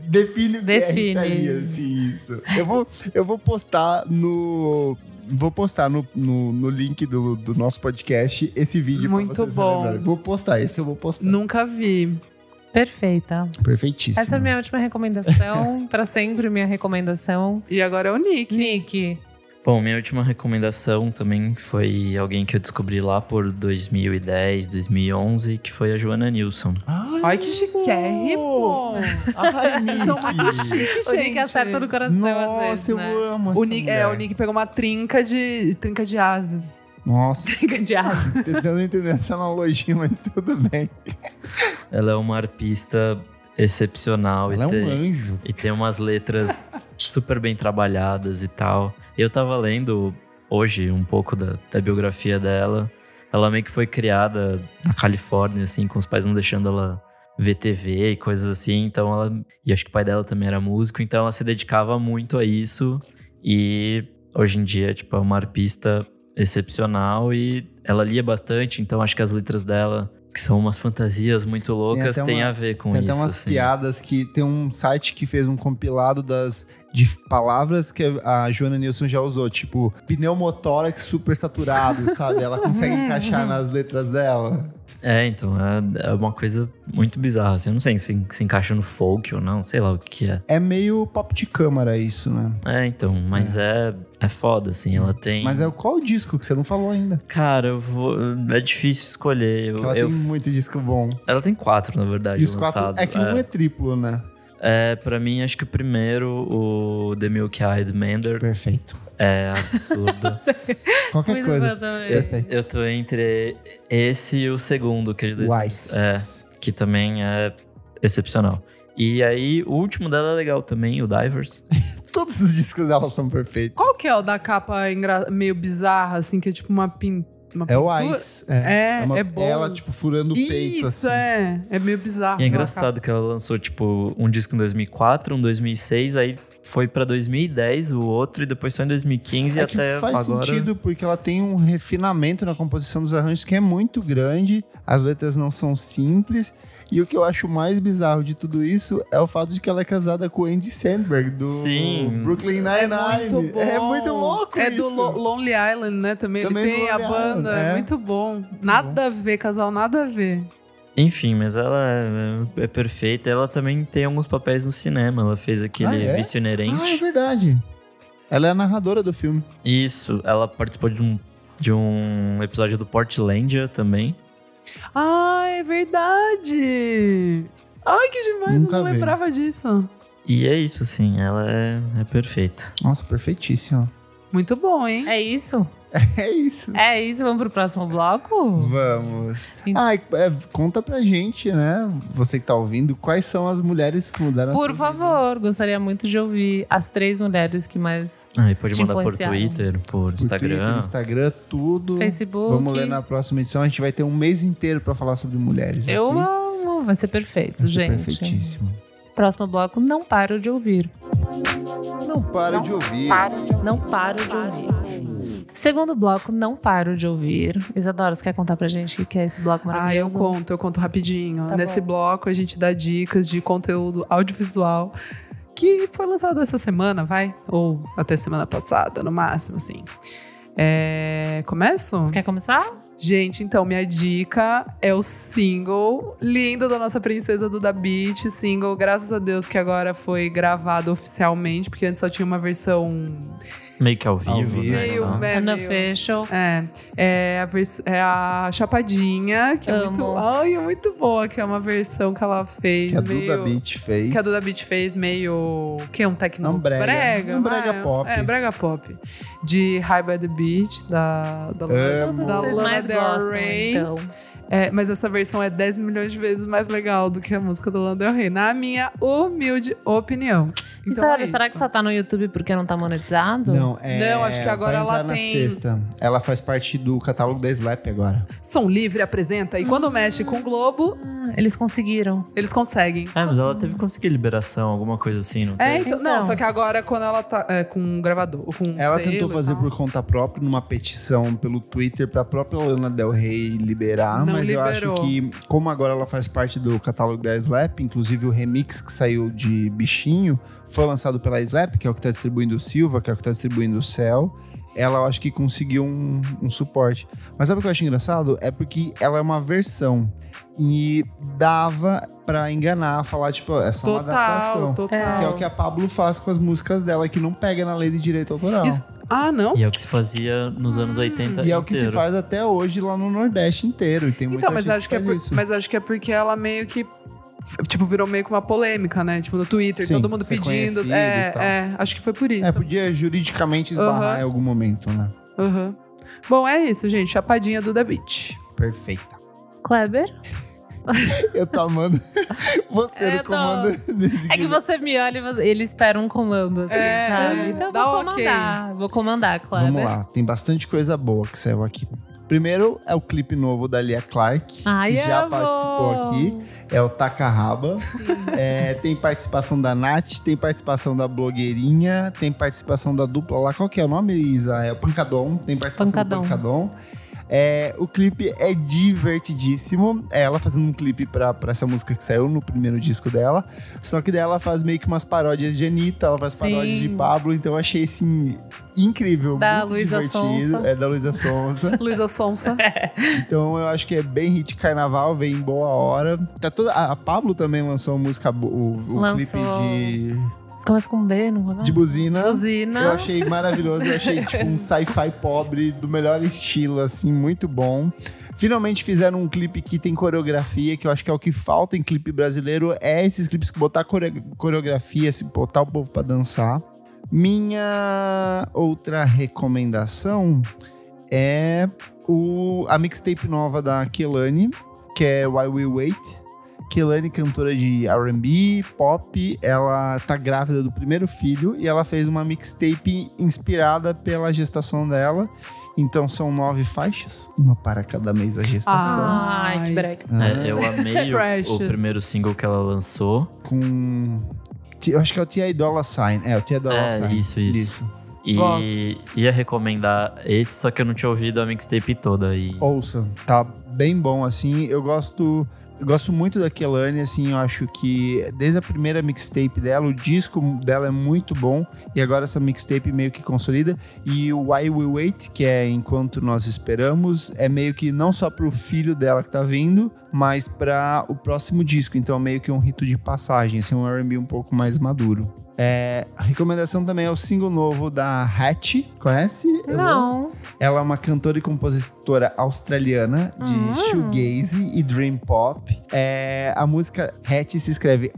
define, o que é Rita Define. Lee, assim, isso. Eu vou, eu vou postar no... Vou postar no, no, no link do, do nosso podcast esse vídeo Muito pra vocês bom. relembrarem. Vou postar, esse eu vou postar. Nunca vi. Perfeita. Perfeitíssimo. Essa é a minha última [LAUGHS] recomendação, pra sempre minha recomendação. E agora é o Nick. Nick, Bom, minha última recomendação também foi alguém que eu descobri lá por 2010, 2011, que foi a Joana Nilson. Ai, que chiquérrimo. Ai, Vocês estão Nick. muito chique, gente. o Nick acerta no coração às Nossa, vezes, eu né? amo essa O Nick, é, mulher. o Nick pegou uma trinca de trinca de asas. Nossa, Fica de ar. tentando entender essa analogia, mas tudo bem. Ela é uma arpista excepcional Ela é e, um tem, anjo. e tem umas letras super bem trabalhadas e tal. Eu tava lendo hoje um pouco da, da biografia dela. Ela meio que foi criada na Califórnia, assim, com os pais não deixando ela ver TV e coisas assim. Então ela. E acho que o pai dela também era músico, então ela se dedicava muito a isso. E hoje em dia, tipo, é uma arpista excepcional e ela lia bastante, então acho que as letras dela, que são umas fantasias muito loucas, até tem, uma- a ver com Tem isso. até umas assim. piadas que tem um site que fez um compilado das de palavras que a Joana Nilson já usou, tipo pneumotórax [LAUGHS] super saturado, sabe? Ela consegue encaixar nas letras dela. É, então, é, é uma coisa muito bizarra. Assim, eu não sei se, se encaixa no folk ou não, sei lá o que é. É meio pop de câmara isso, né? É, então, mas é, é, foda, assim, ela tem. Mas é qual o disco que você não falou ainda? Cara, eu vou. É difícil escolher. Eu, Que ela eu- Tá tem muito disco bom. ela tem quatro, na verdade, E os quatro. lançados. É que um é triplo, né? É, pra mim, acho que o primeiro, o The Milk Eyed Mander, Perfeito. é [LAUGHS] absurdo. [LAUGHS] Qualquer Muito coisa. bom também. Perfeito. eu tô entre esse e o segundo, que é de dois- Wise. É, que também é excepcional. E aí, o último dela é legal também, o Divers. Todos os discos dela são perfeitos. Qual que é o da capa engra- meio bizarra, assim, que é tipo uma pin... uma É o pintura? Ice. É, É, é, uma- bom. Ela, tipo, furando o peito. Isso, assim. é. É meio bizarro. E é engraçado que ela lançou, tipo, um disco em 2004, um em 2006, aí foi pra 2010 o outro, e depois só em 2015 É que até faz agora. sentido porque ela tem um refinamento na composição dos arranjos que é muito grande, as letras não são simples. E o que eu acho mais bizarro de tudo isso é o fato de que ela é casada com o Andy Sandberg, do Sim. Brooklyn É Nine-Nine. muito bom. É muito louco É isso. do Lo- Lonely Island, né? Também, Também ele do tem a Lonely banda. Island, é é. muito bom. Nada a ver, casal, nada a ver. Enfim, mas ela é, é perfeita. Ela também tem alguns papéis no cinema. Ela fez aquele Ah, é? Vício Ah, é Inerente. verdade. Ela é a narradora do filme. Isso, ela participou de um, de um episódio do Portlandia também. Ah, é verdade! Ai, que demais, Nunca eu não vi. lembrava disso. E é isso, assim, ela é, é perfeita. Nossa, perfeitíssimo. Muito bom, hein? É isso? [LAUGHS] É isso. É isso, vamos pro próximo bloco? Vamos. Ah, e, é, conta pra gente, né? Você que tá ouvindo, quais são as mulheres que mudaram Por a sua favor, gostaria muito de ouvir as três mulheres que mais. Aí pode Te mandar por influenciaram. Twitter, por, Por Twitter, Instagram. Instagram, tudo. Facebook. Vamos ler na próxima edição. A gente vai ter um mês inteiro pra falar sobre mulheres. Eu aqui. amo, vai ser perfeito, Vai ser gente. Perfeitíssimo. Próximo bloco, não paro de ouvir. Não para de ouvir. Não paro de ouvir. Segundo bloco, não paro de ouvir. Isadora, você quer contar pra gente o que é esse bloco Ah, eu maravilhoso? conto, eu conto rapidinho. Tá Nesse bom. bloco a gente dá dicas de conteúdo audiovisual que foi lançado essa semana, vai? Ou até semana passada, no máximo, assim. É... Começo? Você quer começar? Gente, então, minha dica é o single lindo da nossa princesa Duda Beat. Single, graças a Deus, que agora foi gravado oficialmente, porque antes só tinha uma versão Meio que ao vivo, vivo. né? meio. Não. né, Ana meio- Fechel. é, é a, vers- é a Chapadinha, que é Amo. muito. Ai, é muito boa, que é uma versão que ela fez. Que a meio, Duda Beat fez. Que a Duda Beat fez meio. Que é um tecno. Um brega. Um vai, brega pop. É, brega pop. De High by the Beach, da, da Amo. Todas da vocês Lana mais Del gostam, Rey. então. É, mas essa versão é 10 milhões de vezes mais legal do que a música do Lana Del Rey, na minha humilde opinião. E Então será, é será que isso. só tá no YouTube porque não tá monetizado? Não, é, Não, acho que agora vai entrar ela na tem- sexta. Ela faz parte do catálogo da Slap agora. São Livre apresenta e quando mexe com o Globo, Ah, eles conseguiram. eles conseguem. É, mas ela teve que conseguir liberação, alguma coisa assim, não É, teve? então, não, Então. só que agora quando ela tá é, com um gravador, com um Ela selo tentou e fazer tal. por conta própria numa petição pelo Twitter pra própria Lana Del Rey liberar, Não mas eu liberou. acho que como agora ela faz parte do catálogo da Slap, inclusive o remix que saiu de Bichinho foi lançado pela Slap, que é o que tá distribuindo o Silva, que é o que tá distribuindo o Cell. Ela eu acho que conseguiu um, um suporte. Mas sabe o que eu acho engraçado? É porque ela é uma versão e dava pra enganar, falar tipo, é só uma Total, adaptação. total. Que é o que a Pablo faz com as músicas dela, que não pega na lei de direito autoral. Isso- Ah, não? E é o que se fazia nos Ah. anos 80 E é o que se inteiro. faz até hoje lá no Nordeste inteiro. E tem muita Então, mas gente acho, que é faz por- isso. mas acho que é porque ela meio que. f- Tipo, virou meio que uma polêmica, né? Tipo, no Twitter, Sim, todo mundo ser pedindo. conhecido É, e tal. é, acho que foi por É, isso. podia juridicamente esbarrar Aham. em algum momento, né? Aham. Bom, é isso, gente. Chapadinha do The Beach. Perfeita. Kleber? É Eu tô amando [LAUGHS] você É, no comando desse É que game. você me olha e você- ele espera um comando, assim, É, sabe? Então eu dá vou um ok. comandar. Vou comandar, Kleber. né? Vamos lá, tem bastante coisa boa que saiu aqui. Primeiro é o clipe novo da Lia Clark, Ai, que já amo. participou aqui. É o Takaraba. É, tem participação da Nath, tem participação da blogueirinha, tem participação da dupla lá. Qual que é o nome, Isa? É o Pancadon. Tem participação Pancadon. do Pancadon. É, o clipe é divertidíssimo. É ela fazendo um clipe pra, pra essa música que saiu no primeiro disco dela. Só que daí ela faz meio que umas paródias de Anitta, ela faz Sim. paródias de Pablo. Então eu achei, assim, incrível. Da muito Luísa divertido. Sonza. É da Luísa Sonza. Luísa [LAUGHS] Sonsa. É Então eu acho que é bem hit carnaval, vem em boa hora. Tá toda, a a Pablo também lançou uma música, bo- o, o Lançou. clipe Começa com B, não de, começa? de buzina. Buzina. Eu achei maravilhoso, eu achei tipo um sci-fi pobre do melhor estilo, assim, muito bom. Finalmente fizeram um clipe que tem coreografia, que eu acho que é o que falta em clipe brasileiro, é esses clipes que botar core- coreografia, assim, botar o povo pra dançar. Minha outra recomendação é o, a mixtape nova da Kelani, que é Why We Wait. Kelani, cantora de R&B, pop, ela tá grávida do primeiro filho e ela fez uma mixtape inspirada pela gestação dela. Então são nove faixas, uma para cada mês da gestação. Ai, que breca. né? É, eu amei o, Precious. o primeiro single que ela lançou. Com... Ti- Eu acho que é o Tia Dollar Sign. É, o Tia Dollar É, Sign. isso, isso. E Gosto. ia recomendar esse, só que eu não tinha ouvido a mixtape toda. E... Ouça, tá bem bom, assim. Eu gosto. Eu gosto muito da Kelane, assim, eu acho que desde a primeira mixtape dela, o disco dela é muito bom, e agora essa mixtape meio que consolida. E o Why We Wait, que é Enquanto Nós Esperamos, é meio que não só pro filho dela que tá vindo, mas pra o próximo disco. Então é meio que um rito de passagem, assim, um RB um pouco mais maduro. É, a recomendação também é o single novo da Hatch, conhece? Elô? Não. Ela é uma cantora e compositora australiana de Hum. shoegaze e dream pop. É, a música Hatch se escreve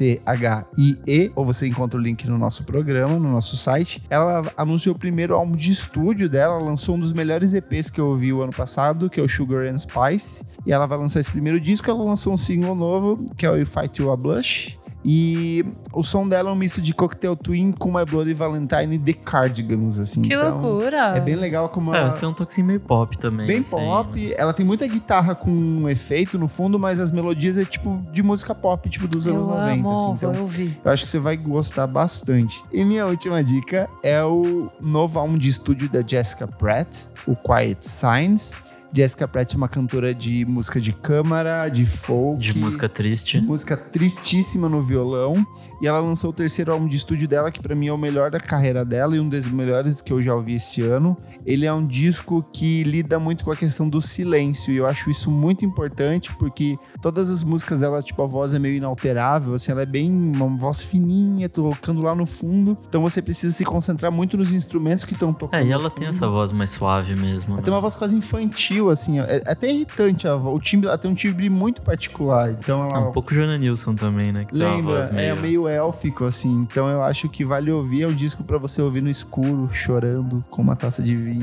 H-A-T-C-H-I-E, ou você encontra o link no nosso programa, no nosso site. Ela anunciou o primeiro álbum de estúdio dela, lançou um dos melhores EPs que eu ouvi o ano passado, que é o Sugar and Spice. E ela vai lançar esse primeiro disco, ela lançou um single novo, que é o You Fight You A Blush. E o som dela é um misto de Cocktail Twin com My Bloody Valentine e The Cardigans, assim. Que então, loucura. é bem legal como É, ela. é mas tem um toquezinho meio pop também. Bem assim, pop, né? ela tem muita guitarra com efeito no fundo, mas as melodias é tipo de música pop, tipo dos anos Eu 90. amo, assim, então, vou ouvir. eu acho que você vai gostar bastante. E minha última dica é o novo álbum de estúdio da Jessica Pratt, o Quiet Signs. Jessica Pratt é uma cantora de música de câmara, de folk. De música triste. Música tristíssima no violão. E ela lançou o terceiro álbum de estúdio dela, que pra mim é o melhor da carreira dela e um dos melhores que eu já ouvi esse ano. Ele é um disco que lida muito com a questão do silêncio. E eu acho isso muito importante, porque todas as músicas dela, tipo, a voz é meio inalterável, assim, ela é bem uma voz fininha, tocando lá no fundo. Então você precisa se concentrar muito nos instrumentos que estão tocando. É, e no ela tem fundo. essa voz mais suave mesmo. Ela né? tem uma voz quase infantil, juvenil, assim, ó. é é até irritante a voz. O timbre, ela tem um timbre muito particular. Então É ela um pouco Joana Nilson também, né? Que tem uma lembra, voz meio... é meio élfico, assim. Então eu acho que vale ouvir. É um disco pra você ouvir no escuro, chorando, com uma taça de vinho.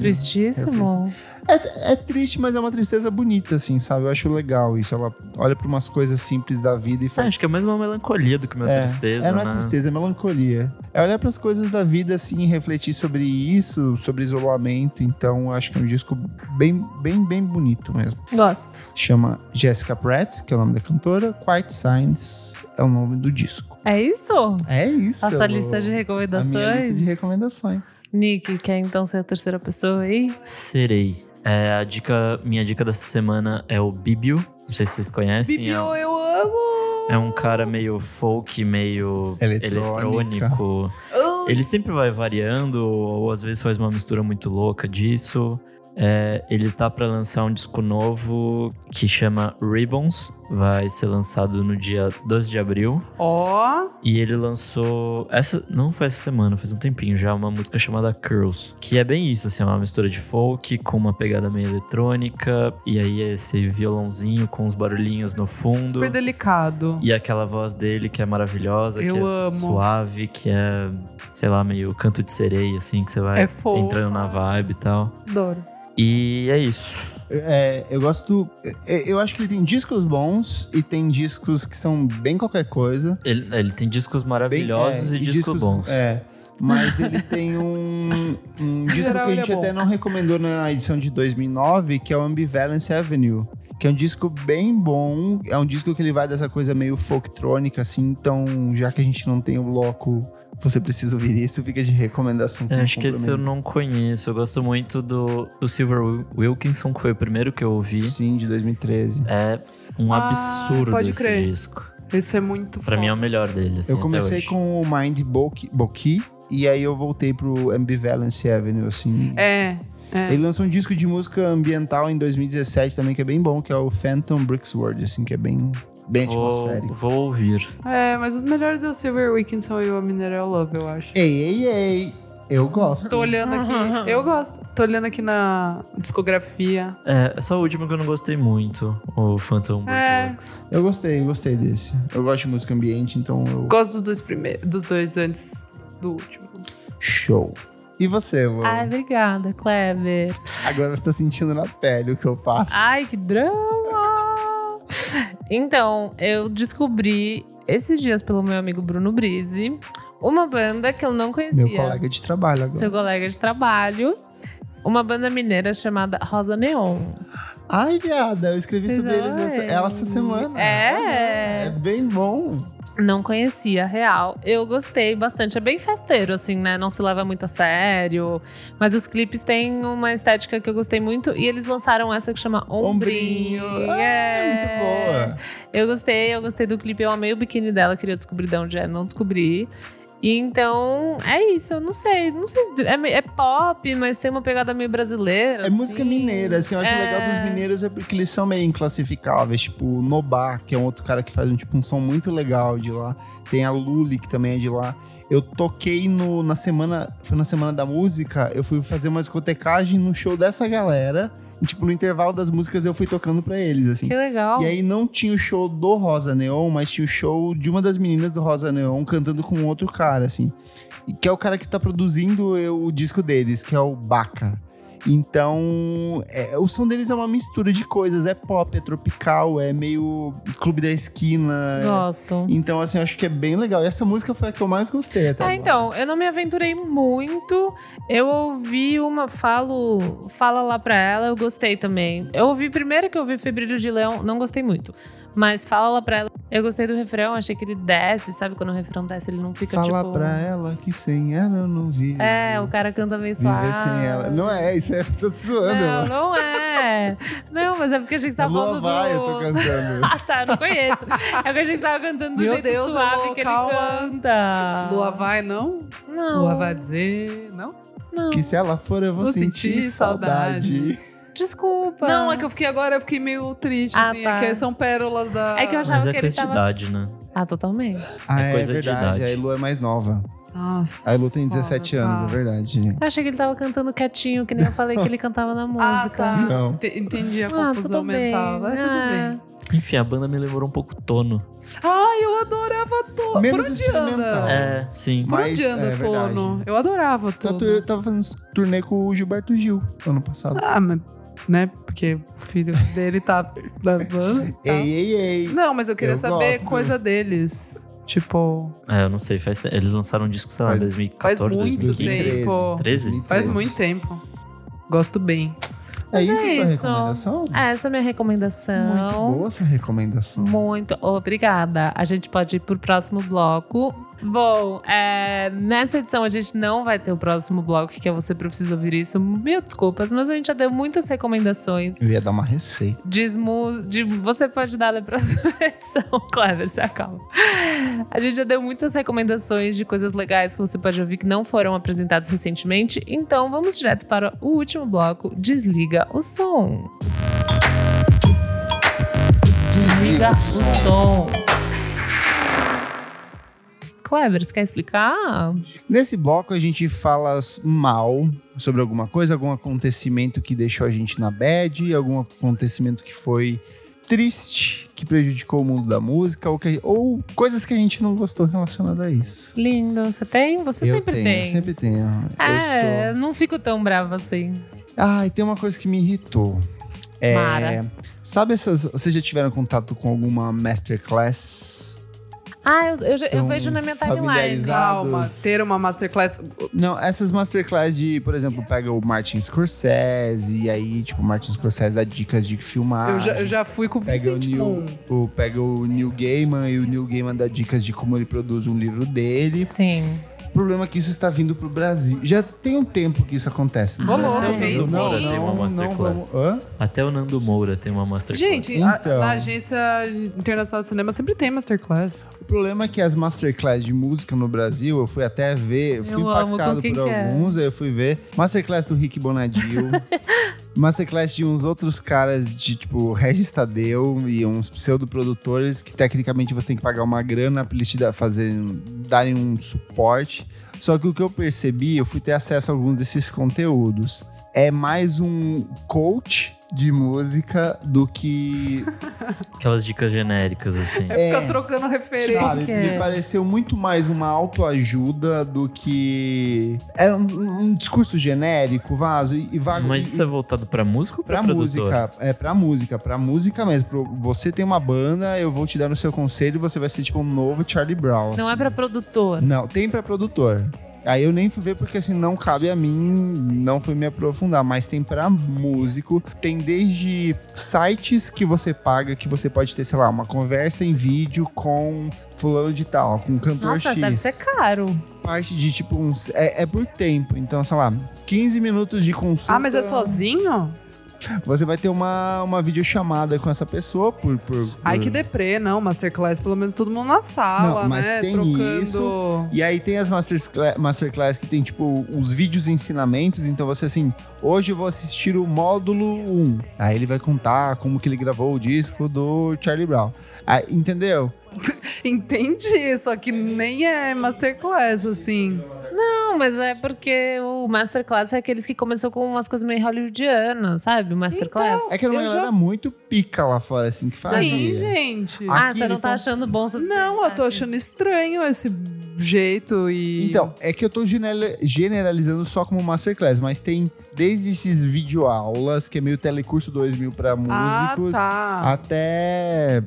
Tristíssimo. É, é triste, mas é uma tristeza bonita, assim, sabe? Eu acho legal isso. Ela olha pra umas coisas simples da vida e Ah, faz. acho que é mais uma melancolia do que uma tristeza, é, não é né? tristeza, é melancolia. É olhar pras coisas da vida, assim, e refletir sobre isso, sobre isolamento. Então, acho que é um disco bem, bem, bem bonito mesmo. Gosto. Chama Jessica Pratt, que é o nome da cantora. Quiet Signs é o nome do disco. É isso? É isso. Nossa lista de recomendações. A minha lista de recomendações. Nick, quer então ser a terceira pessoa aí? Serei. É, a dica, minha dica dessa semana é o Bibio. Não sei se vocês conhecem. Bibi, é, um- eu amo! é um cara meio folk, meio Eletrônica. eletrônico. Ah, Ele sempre vai variando, ou às vezes faz uma mistura muito louca disso. É, ele tá pra lançar um disco novo que chama Ribbons. Vai ser lançado no dia 12 de abril. Ó, E ele lançou. Essa. Não foi essa semana, faz um tempinho já, uma música chamada Curls. Que é bem isso, assim, é uma mistura de folk com uma pegada meio eletrônica. E aí é esse violãozinho com os barulhinhos no fundo. super delicado. E aquela voz dele que é maravilhosa, que Eu é amo. suave, que é, sei lá, meio canto de sereia, assim, que você vai É fofo. entrando na vibe e tal. Adoro. E é isso. É, eu gosto. é, Eu acho que ele tem discos bons e tem discos que são bem qualquer coisa. Ele, ele tem discos Bem- maravilhosos é, e, discos, bons. É. Mas ele tem um, [LAUGHS] um disco geral, que a ele gente é bom. até não recomendou na edição de 2009, que é o Ambivalence Avenue. Que é um disco bem bom. É um disco que ele vai dessa coisa meio folktrônica, assim. Então, já que a gente não tem o bloco, você precisa ouvir isso, fica de recomendação. É, como acho que esse eu um complemento. não conheço. Eu gosto muito do, do Silver Wil- Wilkinson, que foi o primeiro que eu ouvi. Sim, de 2013. É um Ah, absurdo pode esse crer. disco. Esse é muito Pra mim é o melhor dele, assim, eu até comecei hoje. com o Mind Boki, Boki, e aí eu voltei pro Ambivalence Avenue, um assim. É, Ele lançou um disco de música ambiental em 2017 também, que é bem bom, que é o Phantom Bricks World, assim, que é bem, bem Vou, atmosférico. vou ouvir. é, mas os melhores é o Silver Wickinson e o Mineral Love, eu acho. Ei, ei, ei! Eu gosto. Tô olhando Uhum. aqui, eu gosto. Tô olhando aqui na discografia. É, só o último que eu não gostei muito, o Phantom É. Bookworks. Eu gostei, eu gostei desse. Eu gosto de música ambiente, então eu... Gosto dos dois primeiros, dos dois antes do último. Show. E você, Lu? Ai, Ah, obrigada, Kleber. Agora você tá sentindo na pele o que eu passo. Ai, que drama! Então, eu descobri esses dias pelo meu amigo Bruno Brise uma banda que eu não conhecia. Meu colega de trabalho agora. Seu colega de trabalho. Uma banda mineira chamada Rosa Neon. Ai, viada, eu escrevi sobre eles essa, ela essa semana. É. É bem bom. Não conhecia, real. Eu gostei bastante. É bem festeiro, assim, né? Não se leva muito a sério. Mas os clipes têm uma estética que eu gostei muito. E eles lançaram essa que chama Ombrinho. Ombrinho. Ah, É. Muito boa. Eu gostei, eu gostei do clipe. Eu amei o biquíni dela, queria descobrir de onde é, não descobri. E então, é isso. Eu não sei, não sei. É, me- é pop, mas tem uma pegada meio brasileira. É música assim. mineira, assim, eu acho É. legal dos mineiros é porque eles são meio inclassificáveis, tipo o Nobá, que é um outro cara que faz um, tipo, um som muito legal de lá, tem a Luli, que também é de lá. Eu toquei no, na semana, foi na semana da música, eu fui fazer uma discotecagem no show dessa galera, e tipo, no intervalo das músicas eu fui tocando pra eles, assim. Que legal. E aí não tinha o show do Rosa Neon, mas tinha o show de uma das meninas do Rosa Neon cantando com outro cara, assim. E Que é o cara que tá produzindo eu- o disco deles, que é o Baca. Então, é, o som deles é uma mistura de coisas. É pop, é tropical, é meio clube da esquina. é- Gosto. Então, assim, eu acho que é bem legal. E essa música foi a que eu mais gostei até Ah, agora. então, eu não me aventurei muito. Eu ouvi uma falo, fala lá pra ela, eu gostei também. Eu ouvi primeiro que eu ouvi foi Brilho de Leão, não gostei muito. Mas fala lá pra ela. Eu gostei do refrão, achei que ele desce, sabe quando o refrão desce, ele não fica Fala tipo pra ela que sem ela eu não vi. É, o cara canta meio suave. Viver sem ela. Não é, isso é... Tô zoando, Não, mano. não é. Não, mas é porque a gente É tava Lua falando Vai, do... eu tô [LAUGHS] cantando. Ah, tá, não conheço. É porque a gente tava cantando do Meu jeito Deus, suave amor, que calma. ele canta. Lua vai, não? Ah. Não, Lua vai dizer, não? não. Que se ela for, eu vou, Vou sentir, sentir saudade. É Desculpa. Não, é que eu fiquei agora, eu fiquei meio triste, Ah, assim. tá. É que são pérolas da... É que eu já- Achava Mas é que com ele essa tava- idade, né? Ah, totalmente. Ah, É é, coisa de verdade. idade. A Elu é mais nova. Nossa. A Lu tem Foda, 17 tá. anos, é verdade. gente. Eu achei que ele tava cantando quietinho, que nem eu falei que ele cantava na [LAUGHS] Ah, música. tá. Não. Ente- Entendi a Ah, confusão tudo bem. mental. É, tudo É. bem. Enfim, a banda me lembrou um pouco Tono. Ai, eu adorava Tono. Por Menos onde experimental. anda? É, sim. Por Mas, onde anda, é verdade. Tá Tono? Eu adorava Tanto Tono. eu tava fazendo turnê com o Gilberto Gil ano passado. Ah, mas... Né? Porque o filho dele tá na banda. tá. [LAUGHS] Ei, ei, ei. Não, mas eu queria Eu saber gosto. coisa deles. Tipo, É, eu não sei, faz tempo. Eles lançaram um disco, sei lá, Faz- 2014, faz muito 2015. tempo. 13? faz muito tempo. Gosto bem. É Mas isso, é sua isso. recomendação? Ah, essa é a minha recomendação. Muito boa essa recomendação. Muito obrigada. A gente pode ir pro próximo bloco. Bom, é, nessa edição a gente não vai ter o próximo bloco, que é Você Precisa Ouvir Isso. Mil desculpas, mas a gente já deu muitas recomendações. Eu ia dar uma receita. Diz mu- de- você pode dar na próxima [LAUGHS] edição, Clever, se acalma. A gente já deu muitas recomendações de coisas legais que você pode ouvir que não foram apresentadas recentemente, então vamos direto para o último bloco, Desliga o Som. Desliga o som. Kleber, você quer explicar? Nesse bloco a gente fala s- mal sobre alguma coisa, algum acontecimento que deixou a gente na bad, algum acontecimento que foi triste, que prejudicou o mundo da música, ou, que- ou coisas que a gente não gostou relacionada a isso. Lindo, você tem? Você eu sempre tenho, tem. sempre tenho. Eu É, sou... não fico tão brava assim. Ah, e tem uma coisa que me irritou. É, Mara. Sabe essas. Vocês já tiveram contato com alguma masterclass? Ah, eu, eu já- eu Estão vejo na minha timeline. familiarizados. Calma, ter uma masterclass. Não, essas masterclass de, por exemplo, pega o Martin Scorsese, e aí, tipo, o Martin Scorsese dá dicas de filmar. eu, já, eu já fui com um. o Pega o, Vicente Neil, Moon. o, pega o Neil Gaiman e o Neil Gaiman dá dicas de como ele produz um livro dele. Sim. O problema é que isso está vindo pro Brasil. Já tem um tempo que isso acontece. no Ô, Brasil. louco, Não, aí sim. não, Tem uma masterclass. vamos- hã? Até o Nando Moura tem uma masterclass. Gente, a- Então. na Agência Internacional de Cinema sempre tem masterclass. O problema é que as masterclass de música no Brasil, eu fui até ver, eu fui Eu amo com impactado por quem que é. alguns, aí eu fui ver. Masterclass do [LAUGHS] Rick Bonadil, masterclass de uns outros caras de tipo Regis Tadeu e uns pseudoprodutores que tecnicamente você tem que pagar uma grana pra eles te dar- fazerem- darem um suporte. Só que o que eu percebi, eu fui ter acesso a alguns desses conteúdos. É mais um coach de música do que. Aquelas dicas genéricas, assim. É, É. Tipo, ficar trocando referência. Sabe, que me é. pareceu muito mais uma autoajuda do que. Era um, um discurso genérico, vaso e, e vago. Mas e- isso é voltado pra música ou pra, Pra produtor? música, é pra música, pra música mesmo. Pro- você tem uma banda, eu vou te dar o seu conselho e você vai ser tipo um novo Charlie Brown. Não é pra produtor. Não, tem pra produtor. Aí eu nem fui ver porque assim não cabe a mim, não fui me aprofundar, mas tem pra músico, tem desde sites que você paga que você pode ter, sei lá, uma conversa em vídeo com fulano de tal, com um cantor Nossa, X. deve ser caro. Parte de tipo uns é, é por tempo, então sei lá, 15 minutos de consulta. Ah, mas é sozinho? Você vai ter uma uma videochamada com essa pessoa por por, Ai, por- que deprê, não. Masterclass, pelo menos todo mundo na sala, Não, mas né? tem Trocando. isso. E aí tem as mastercla- masterclass que tem, tipo, os vídeos ensinamentos. Então você, assim, hoje eu vou assistir o módulo 1. Aí ele vai contar como que ele gravou o disco do Charlie Brown. Ah, entendeu? Entendi, só que nem é masterclass, assim. Não, mas é porque o Masterclass é aqueles que começou com umas coisas meio hollywoodianas, sabe? O Masterclass. É que era uma Eu já- galera muito pica lá fora, assim, que fazia. Sim, gente. Ah, ah, aqui você não eles tá tão- achando bom o suficiente. Não, eu tô Ah, achando estranho esse jeito e. Então, é que eu tô genera- generalizando só como masterclass, mas tem desde esses videoaulas, que é meio telecurso 2000 pra ah, músicos, tá. até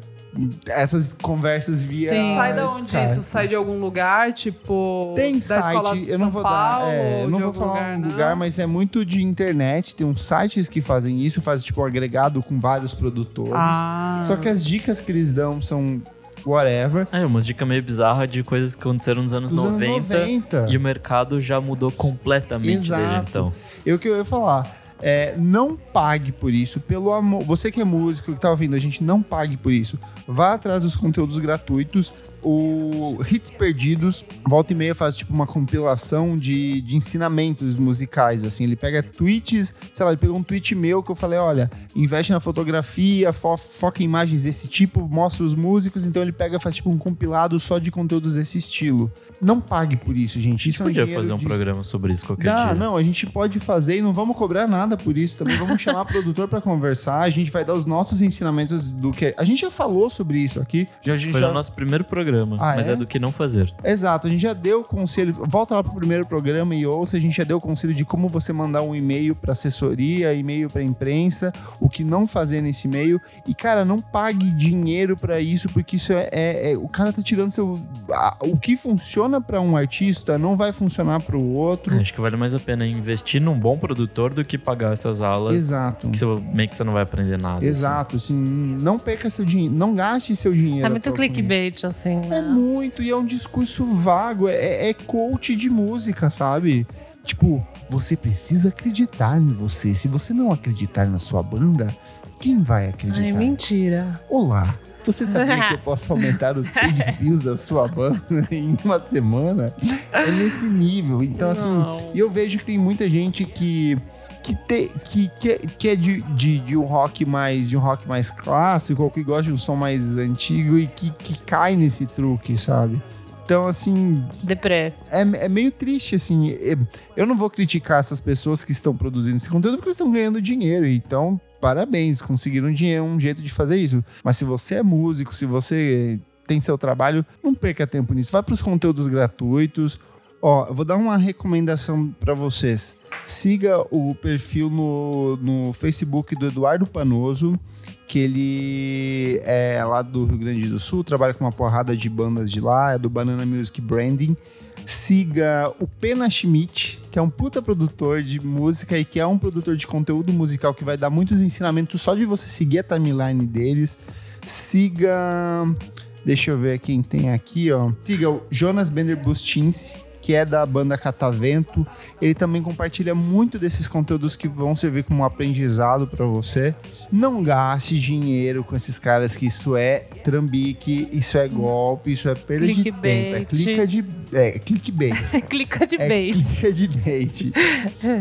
essas conversas via. Sim. Sai da onde Skype. isso? Sai de algum lugar, tipo. Ah, Tem da site, escola de eu não São vou Paulo, dar, é, eu não de vou algum falar lugar, um não? lugar, mas é muito de internet, tem uns sites que fazem isso, faz tipo um agregado com vários produtores. Ah. Só que as dicas que eles dão são whatever. É, umas dicas meio bizarras de coisas que aconteceram nos anos, Dos 90, anos 90. E o mercado já mudou completamente Exato. desde então. E o que eu ia falar. É, não pague por isso, pelo amor. Você que é músico, que tá ouvindo, a gente não pague por isso. Vá atrás dos conteúdos gratuitos. o Hits Perdidos, volta e meia, faz tipo uma compilação de, de ensinamentos musicais, assim. Ele pega tweets, sei lá, ele pegou um tweet meu que eu falei, olha, investe na fotografia, fo- foca em imagens desse tipo, mostra os músicos, então ele pega, faz tipo um compilado só de conteúdos desse estilo. Não pague por isso, gente. Isso é um Podia dinheiro fazer um de- programa sobre isso qualquer Dá, dia. não, a gente pode fazer e não vamos cobrar nada por isso também. Vamos chamar o produtor pra conversar, a gente vai dar os nossos ensinamentos do que. A gente já falou sobre isso aqui. Já, a gente Foi já... o nosso primeiro programa, Ah, mas é? é? do que não fazer. Exato, a gente já deu o conselho. Volta lá pro primeiro programa e ouça, a gente já deu o conselho de como você mandar um e-mail pra assessoria, e-mail pra imprensa, o que não fazer nesse e-mail. E, cara, não pague dinheiro pra isso, porque isso é. é- é- o cara tá tirando seu. a- o que funciona pra um artista não vai funcionar pro outro. Acho que vale mais a pena investir num bom produtor do que pagar essas aulas Exato. que você, meio que você não vai aprender nada. Exato, assim, não perca seu dinheiro, não gaste seu dinheiro. É à muito toa com clickbait, assim. isso. É né? muito, e é um discurso vago, é, é coach de música, sabe? Tipo, você precisa acreditar em você. Se você não acreditar na sua banda, quem vai acreditar? Ai, mentira. Olá, você [LAUGHS] sabia que eu posso aumentar os page views da sua banda [LAUGHS] em uma semana? É nesse nível. Então, assim, Não. e eu vejo que tem muita gente que que, te- que, que, é- que é de, de, de um rock mais de um rock mais clássico ou que gosta de um som mais antigo e que, que cai nesse truque, sabe? Então, assim, Deprê. [LAUGHS] é, é meio triste, assim. É- Eu não vou criticar essas pessoas que estão produzindo esse conteúdo porque eles estão ganhando dinheiro. Então, parabéns, conseguiram dinheiro, um jeito de fazer isso. Mas se você é músico, se você tem seu trabalho, não perca tempo nisso. Vai para os conteúdos gratuitos. Ó, eu vou dar uma recomendação para vocês. Siga o perfil no, no Facebook do Eduardo Panoso, que ele é lá do Rio Grande do Sul, trabalha com uma porrada de bandas de lá, é do Banana Music Branding siga o Pena Schmidt, que é um puta produtor de música e que é um produtor de conteúdo musical que vai dar muitos ensinamentos só de você seguir a timeline deles. Siga. Deixa eu ver quem tem aqui, ó. Siga o Jonas Bender Bustins, que é da banda Catavento. Ele também compartilha muito desses conteúdos que vão servir como aprendizado pra você. Não gaste dinheiro com esses caras que isso é trambique, isso é golpe, isso é perda de tempo, Clickbait. é clica é de. É, clickbait. [LAUGHS] Clica de É bait. [LAUGHS] clickbait.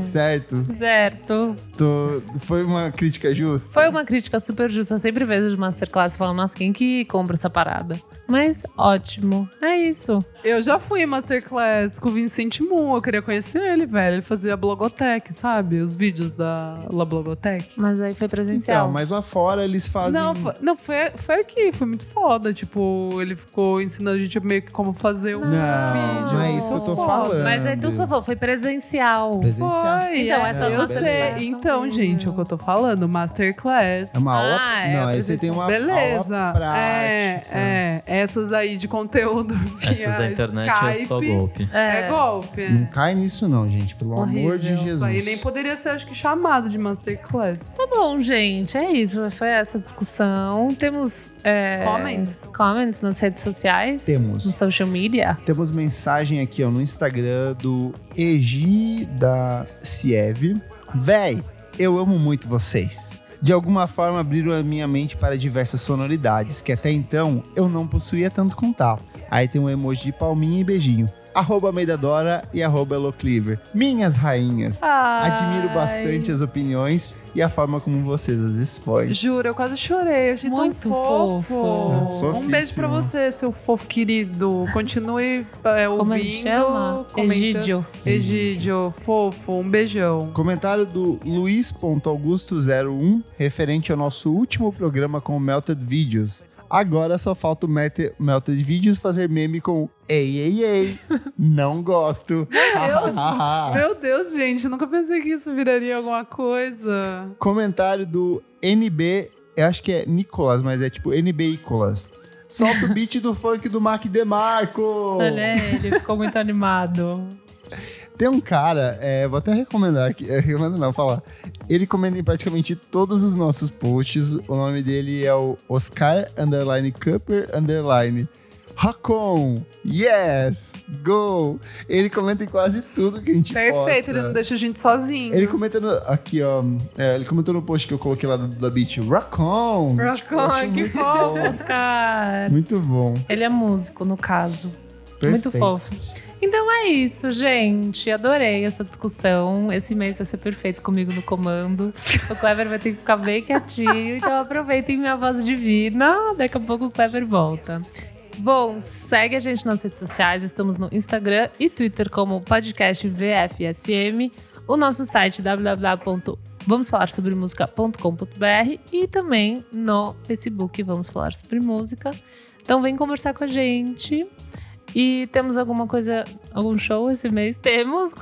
certo? Certo. Tô- Foi uma crítica justa? Foi uma crítica super justa. Eu sempre vejo de masterclass falando, nossa, quem que compra essa parada? Mas ótimo. É isso. Eu já fui em Masterclass com o Vincent Moon, eu queria conhecer ele, velho. Ele fazia Blogotech, sabe? Os vídeos da La Blogotech. Mas aí foi Então, presencial. mas lá fora eles fazem. Não, foi, não foi, foi aqui, foi muito foda. Tipo, ele ficou ensinando a gente meio que como fazer um Não, não é vídeo. isso que eu tô Foda. falando. Mas aí tu que falou, foi presencial. Presencial. Foi, Então, é, essa eu nossa sei. geração Então, tem- gente, é o que eu tô falando, Masterclass. É uma aula. Ah, é, não, aí você tem uma aula Beleza. É, prática. é. Essas aí de conteúdo [LAUGHS] via Assim. Essas da internet Skype, é só golpe. É golpe. Não cai nisso, não, gente. Pelo amor Horrível. de Jesus. Isso aí nem poderia ser, acho que, chamado de Masterclass. Tá bom, gente. É isso. Foi essa discussão. Temos. é, Comments? Comments nas redes sociais? Temos. No social media? Temos mensagem aqui ó, no Instagram do Egi da Siev. Véi, eu amo muito vocês. De alguma forma abriram a minha mente para diversas sonoridades que até então eu não possuía tanto contato. Aí tem um emoji de palminha e beijinho. Arroba Meidadora e arroba Elocleaver. Minhas rainhas. Admiro Ai, bastante as opiniões e a forma como vocês as expõem. Juro, eu quase chorei. Achei Muito tão fofo. fofo. É, Um beijo pra fofíssimo. você, seu fofo querido. Continue é, Como ele ouvindo. chama? comentando. Egídio. Egídio, fofo. Um beijão. Comentário do Luiz.augusto01 referente ao nosso último programa com o Melted Videos. Agora só falta o Mete- Melted Videos fazer meme com Ei, ei, [LAUGHS] ei, não gosto. Ah. Meu Deus, gente, eu nunca pensei que isso viraria alguma coisa. Comentário do NB, eu acho que é Nicolas, mas é tipo NB Nicolas. Solta o beat do funk do Mac DeMarco. Olha ele, ficou muito animado. Tem um cara, é, vou até recomendar aqui, é, recomendo não, falar. Ele comenta em praticamente todos os nossos posts. O nome dele é o Oscar Underline Cooper Underline. Hakon, yes, go. Ele comenta em quase tudo que a gente Perfeito, posta. ele não deixa a gente sozinho. Ele comenta no, aqui, ó. é, ele comentou no post que eu coloquei lá do, da Beach. Racon! Tipo, Rocon, que fofo, Oscar. Muito bom. Ele é músico, no caso. Muito Perfeito. fofo. Então é isso, gente. Adorei essa discussão. Esse mês vai ser perfeito comigo no comando. O Kleber vai ter que ficar bem quietinho. Então aproveitem minha voz divina. Daqui a pouco o Kleber volta. Bom, segue a gente nas redes sociais. Estamos no Instagram e Twitter como podcast VFSM. O nosso site www.vamosfalarsobremusica.com.br e também no Facebook Vamos Falar Sobre Música. Então vem conversar com a gente. E temos alguma coisa, algum show esse mês? Temos.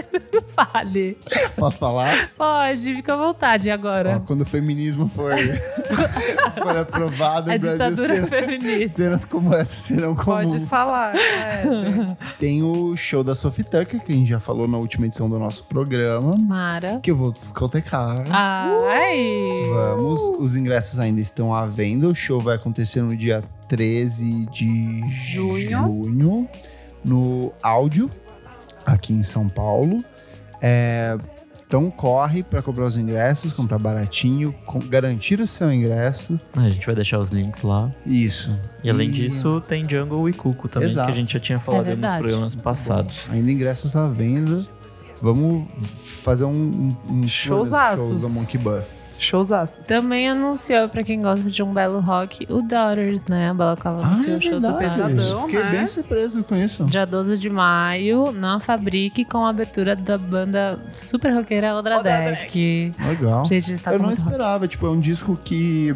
[LAUGHS] Fale. Posso falar? Pode, fica à vontade Ó, agora. quando o feminismo for, [LAUGHS] for aprovado, a o Brasil ditadura será, feminista. cenas como essa serão comuns. Pode falar. né, [LAUGHS] É, Tem o show da Sophie Tucker, que a gente já falou na última edição do nosso programa, Mara. que eu vou discotecar. Ah, Ai. Vamos, os ingressos ainda estão à venda. O show vai acontecer no dia 13 de Junho. junho, no áudio, aqui em São Paulo. É, então corre para comprar os ingressos, comprar baratinho, com- garantir o seu ingresso. A gente vai deixar os links lá. Isso. E além E- disso, tem Jungle e Cuco também, Exato. que a gente já tinha falado É nos verdade. programas passados. Ainda ingressos à venda. Vamos fazer um, um, um Showzaços. show da Monkey Bus. Showzaços. Também anunciou, pra quem gosta de um belo rock, o Daughters, né? A Balaclava Ah, anunciou é o show do verdade. Daughters. Pesadão, Fiquei né? bem surpreso com isso. Dia 12 de maio, na Fabrique, com a abertura da banda super roqueira Odradek. Legal. Gente, eles estavam eu não muito rock. esperava, tipo, é um disco que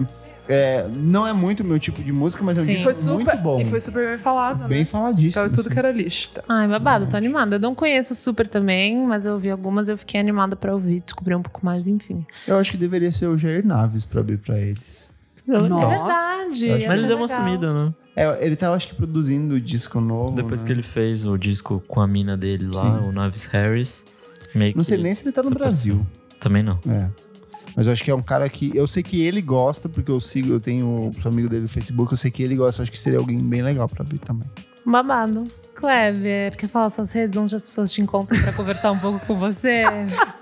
é, não é muito meu tipo de música, mas é um Sim. disco Foi super, muito bom. E foi super bem falado, bem né? faladíssimo. assim. Então tudo que era lista. Ai, babado, tô animada. Eu não conheço super também, mas eu ouvi algumas, eu fiquei animada pra ouvir, descobri um pouco mais, enfim. Eu acho que deveria ser o Jair Naves pra abrir pra eles. Nossa. É verdade. Eu acho ia Mas ser ele deu uma legal. sumida, né? É, ele tava, acho que, produzindo o disco novo. Depois né? que ele fez o disco com a mina dele lá, Sim. o Navis Harris. Meio Não que- sei nem se ele tá no Super Brasil. Também não. É. Mas eu acho que é um cara que. Eu sei que ele gosta, porque eu sigo, eu tenho um amigo dele no Facebook, eu sei que ele gosta. eu Acho que seria alguém bem legal pra abrir também. Babado. Kleber, quer falar suas redes onde as pessoas te encontram pra conversar um pouco com você?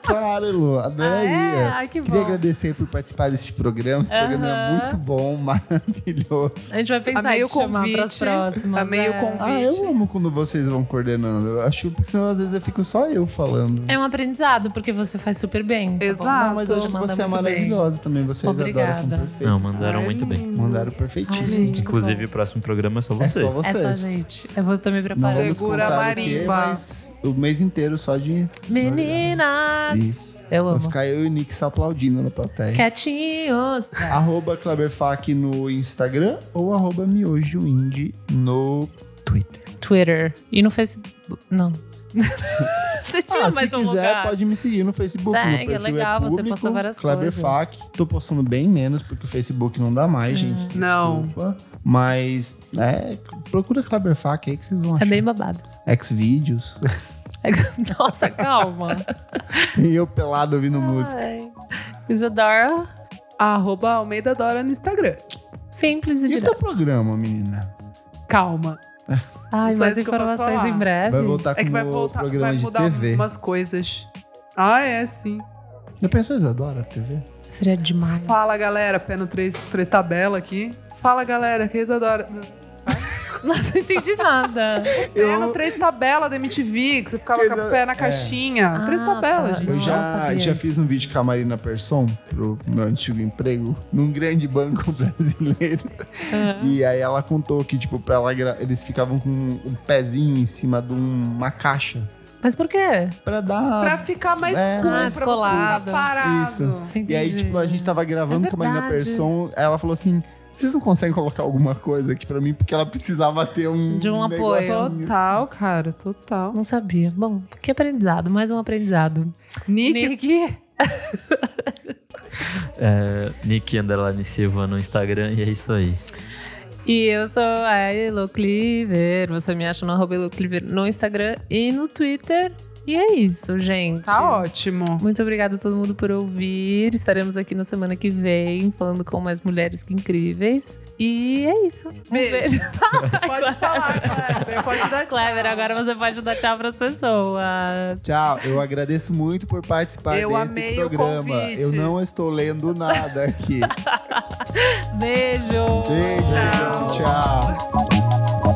Claro, Lu, Ah, é? adoraria. Ai, que Queria bom. agradecer por participar desse programa. Esse programa é Aham. muito bom, [LAUGHS] maravilhoso. A gente vai pensar Amei em o te chamar convite, pras próximas. amei é. o convite. Ah, eu amo quando vocês vão coordenando. Eu acho porque senão às vezes eu fico só eu falando. É um aprendizado, porque você faz super bem. tá bom? Exato. Não, mas eu você acho que manda você é muito bem. maravilhosa também. Vocês adoram, Obrigada. são perfeitos. Não, mandaram muito bem. Mandaram Ai, perfeitíssimo. gente, Inclusive, o próximo programa é só É só vocês. vocês. É só, gente. Eu vou também Não preparar. vamos Segura a contar o quê, marimba. mas o mês inteiro só de... Meninas! Isso. Eu Vou amo. ficar eu e o Nick só aplaudindo na plateia. Quietinhos. Arroba Kleberfac no Instagram ou arroba miojoindy no Twitter. Twitter. E no Facebook. Não. [LAUGHS] Você tinha Ah, se mais um quiser, lugar. pode me seguir no Facebook. Segue, meu perfil legal, é você público, posta várias Kleber coisas. Hum, Fak. Tô postando bem menos, porque o Facebook não dá mais, gente. Não. Desculpa. Mas, é, procura Kleber Fak aí que vocês vão É achar. bem babado. [LAUGHS] Xvideos. [LAUGHS] Nossa, calma. e eu Ah, pelado ouvindo música. Ai. Isadora, Arroba Almeida Dora no Instagram. simples e E o teu direto. programa, menina? Calma. Ai, Só mais isso que eu posso informações falar. em breve. Vai voltar com É que vai o voltar, Tá programa vai de mudar TV. umas coisas. Ah, é, sim. Já pensou, Isadora, TV? Seria demais. Fala, galera. Pé no três, três tabela aqui. Fala, galera. Que Isadora. [LAUGHS] Nossa, não entendi nada. Pé no três tabela da MTV, que você ficava Que com o da- pé na é. caixinha. Ah, três tabelas, tá. gente. Eu Não já, sabia já isso. fiz um vídeo com a Marina Persson pro meu antigo emprego, num grande banco [LAUGHS] brasileiro. Ah. E aí ela contou que, tipo, pra ela gra- eles ficavam com um pezinho em cima de um- uma caixa. Mas por quê? Pra dar. Pra ficar mais É, cool, mais pra você colado. ficar parado. Isso. Ah, Entendi. E aí, tipo, a gente tava gravando É com a Marina verdade. Persson, aí ela falou assim. Vocês não conseguem colocar alguma coisa aqui pra mim? Porque ela precisava ter um. De um apoio. negocinho, Total, cara, total. Não sabia. Bom, que aprendizado. Mais um aprendizado. Nick, Nick. É, Nick Underline Silva no Instagram e é isso aí. E eu sou a Elo Cleaver. Você me acha no arroba Elo Cleaver no Instagram e no Twitter. E é isso, gente. Tá ótimo. Muito obrigada a todo mundo por ouvir. Estaremos aqui na semana que vem falando com mais mulheres que incríveis. E é isso. Um Beijo. beijo. Pode falar, Kleber. Pode dar tchau. Clever, agora você pode dar tchau pras pessoas. Tchau, eu agradeço muito por participar Eu deste amei o programa. convite. Eu não estou lendo nada [LAUGHS] aqui. Beijo. Beijo, Tchau. gente. Tchau.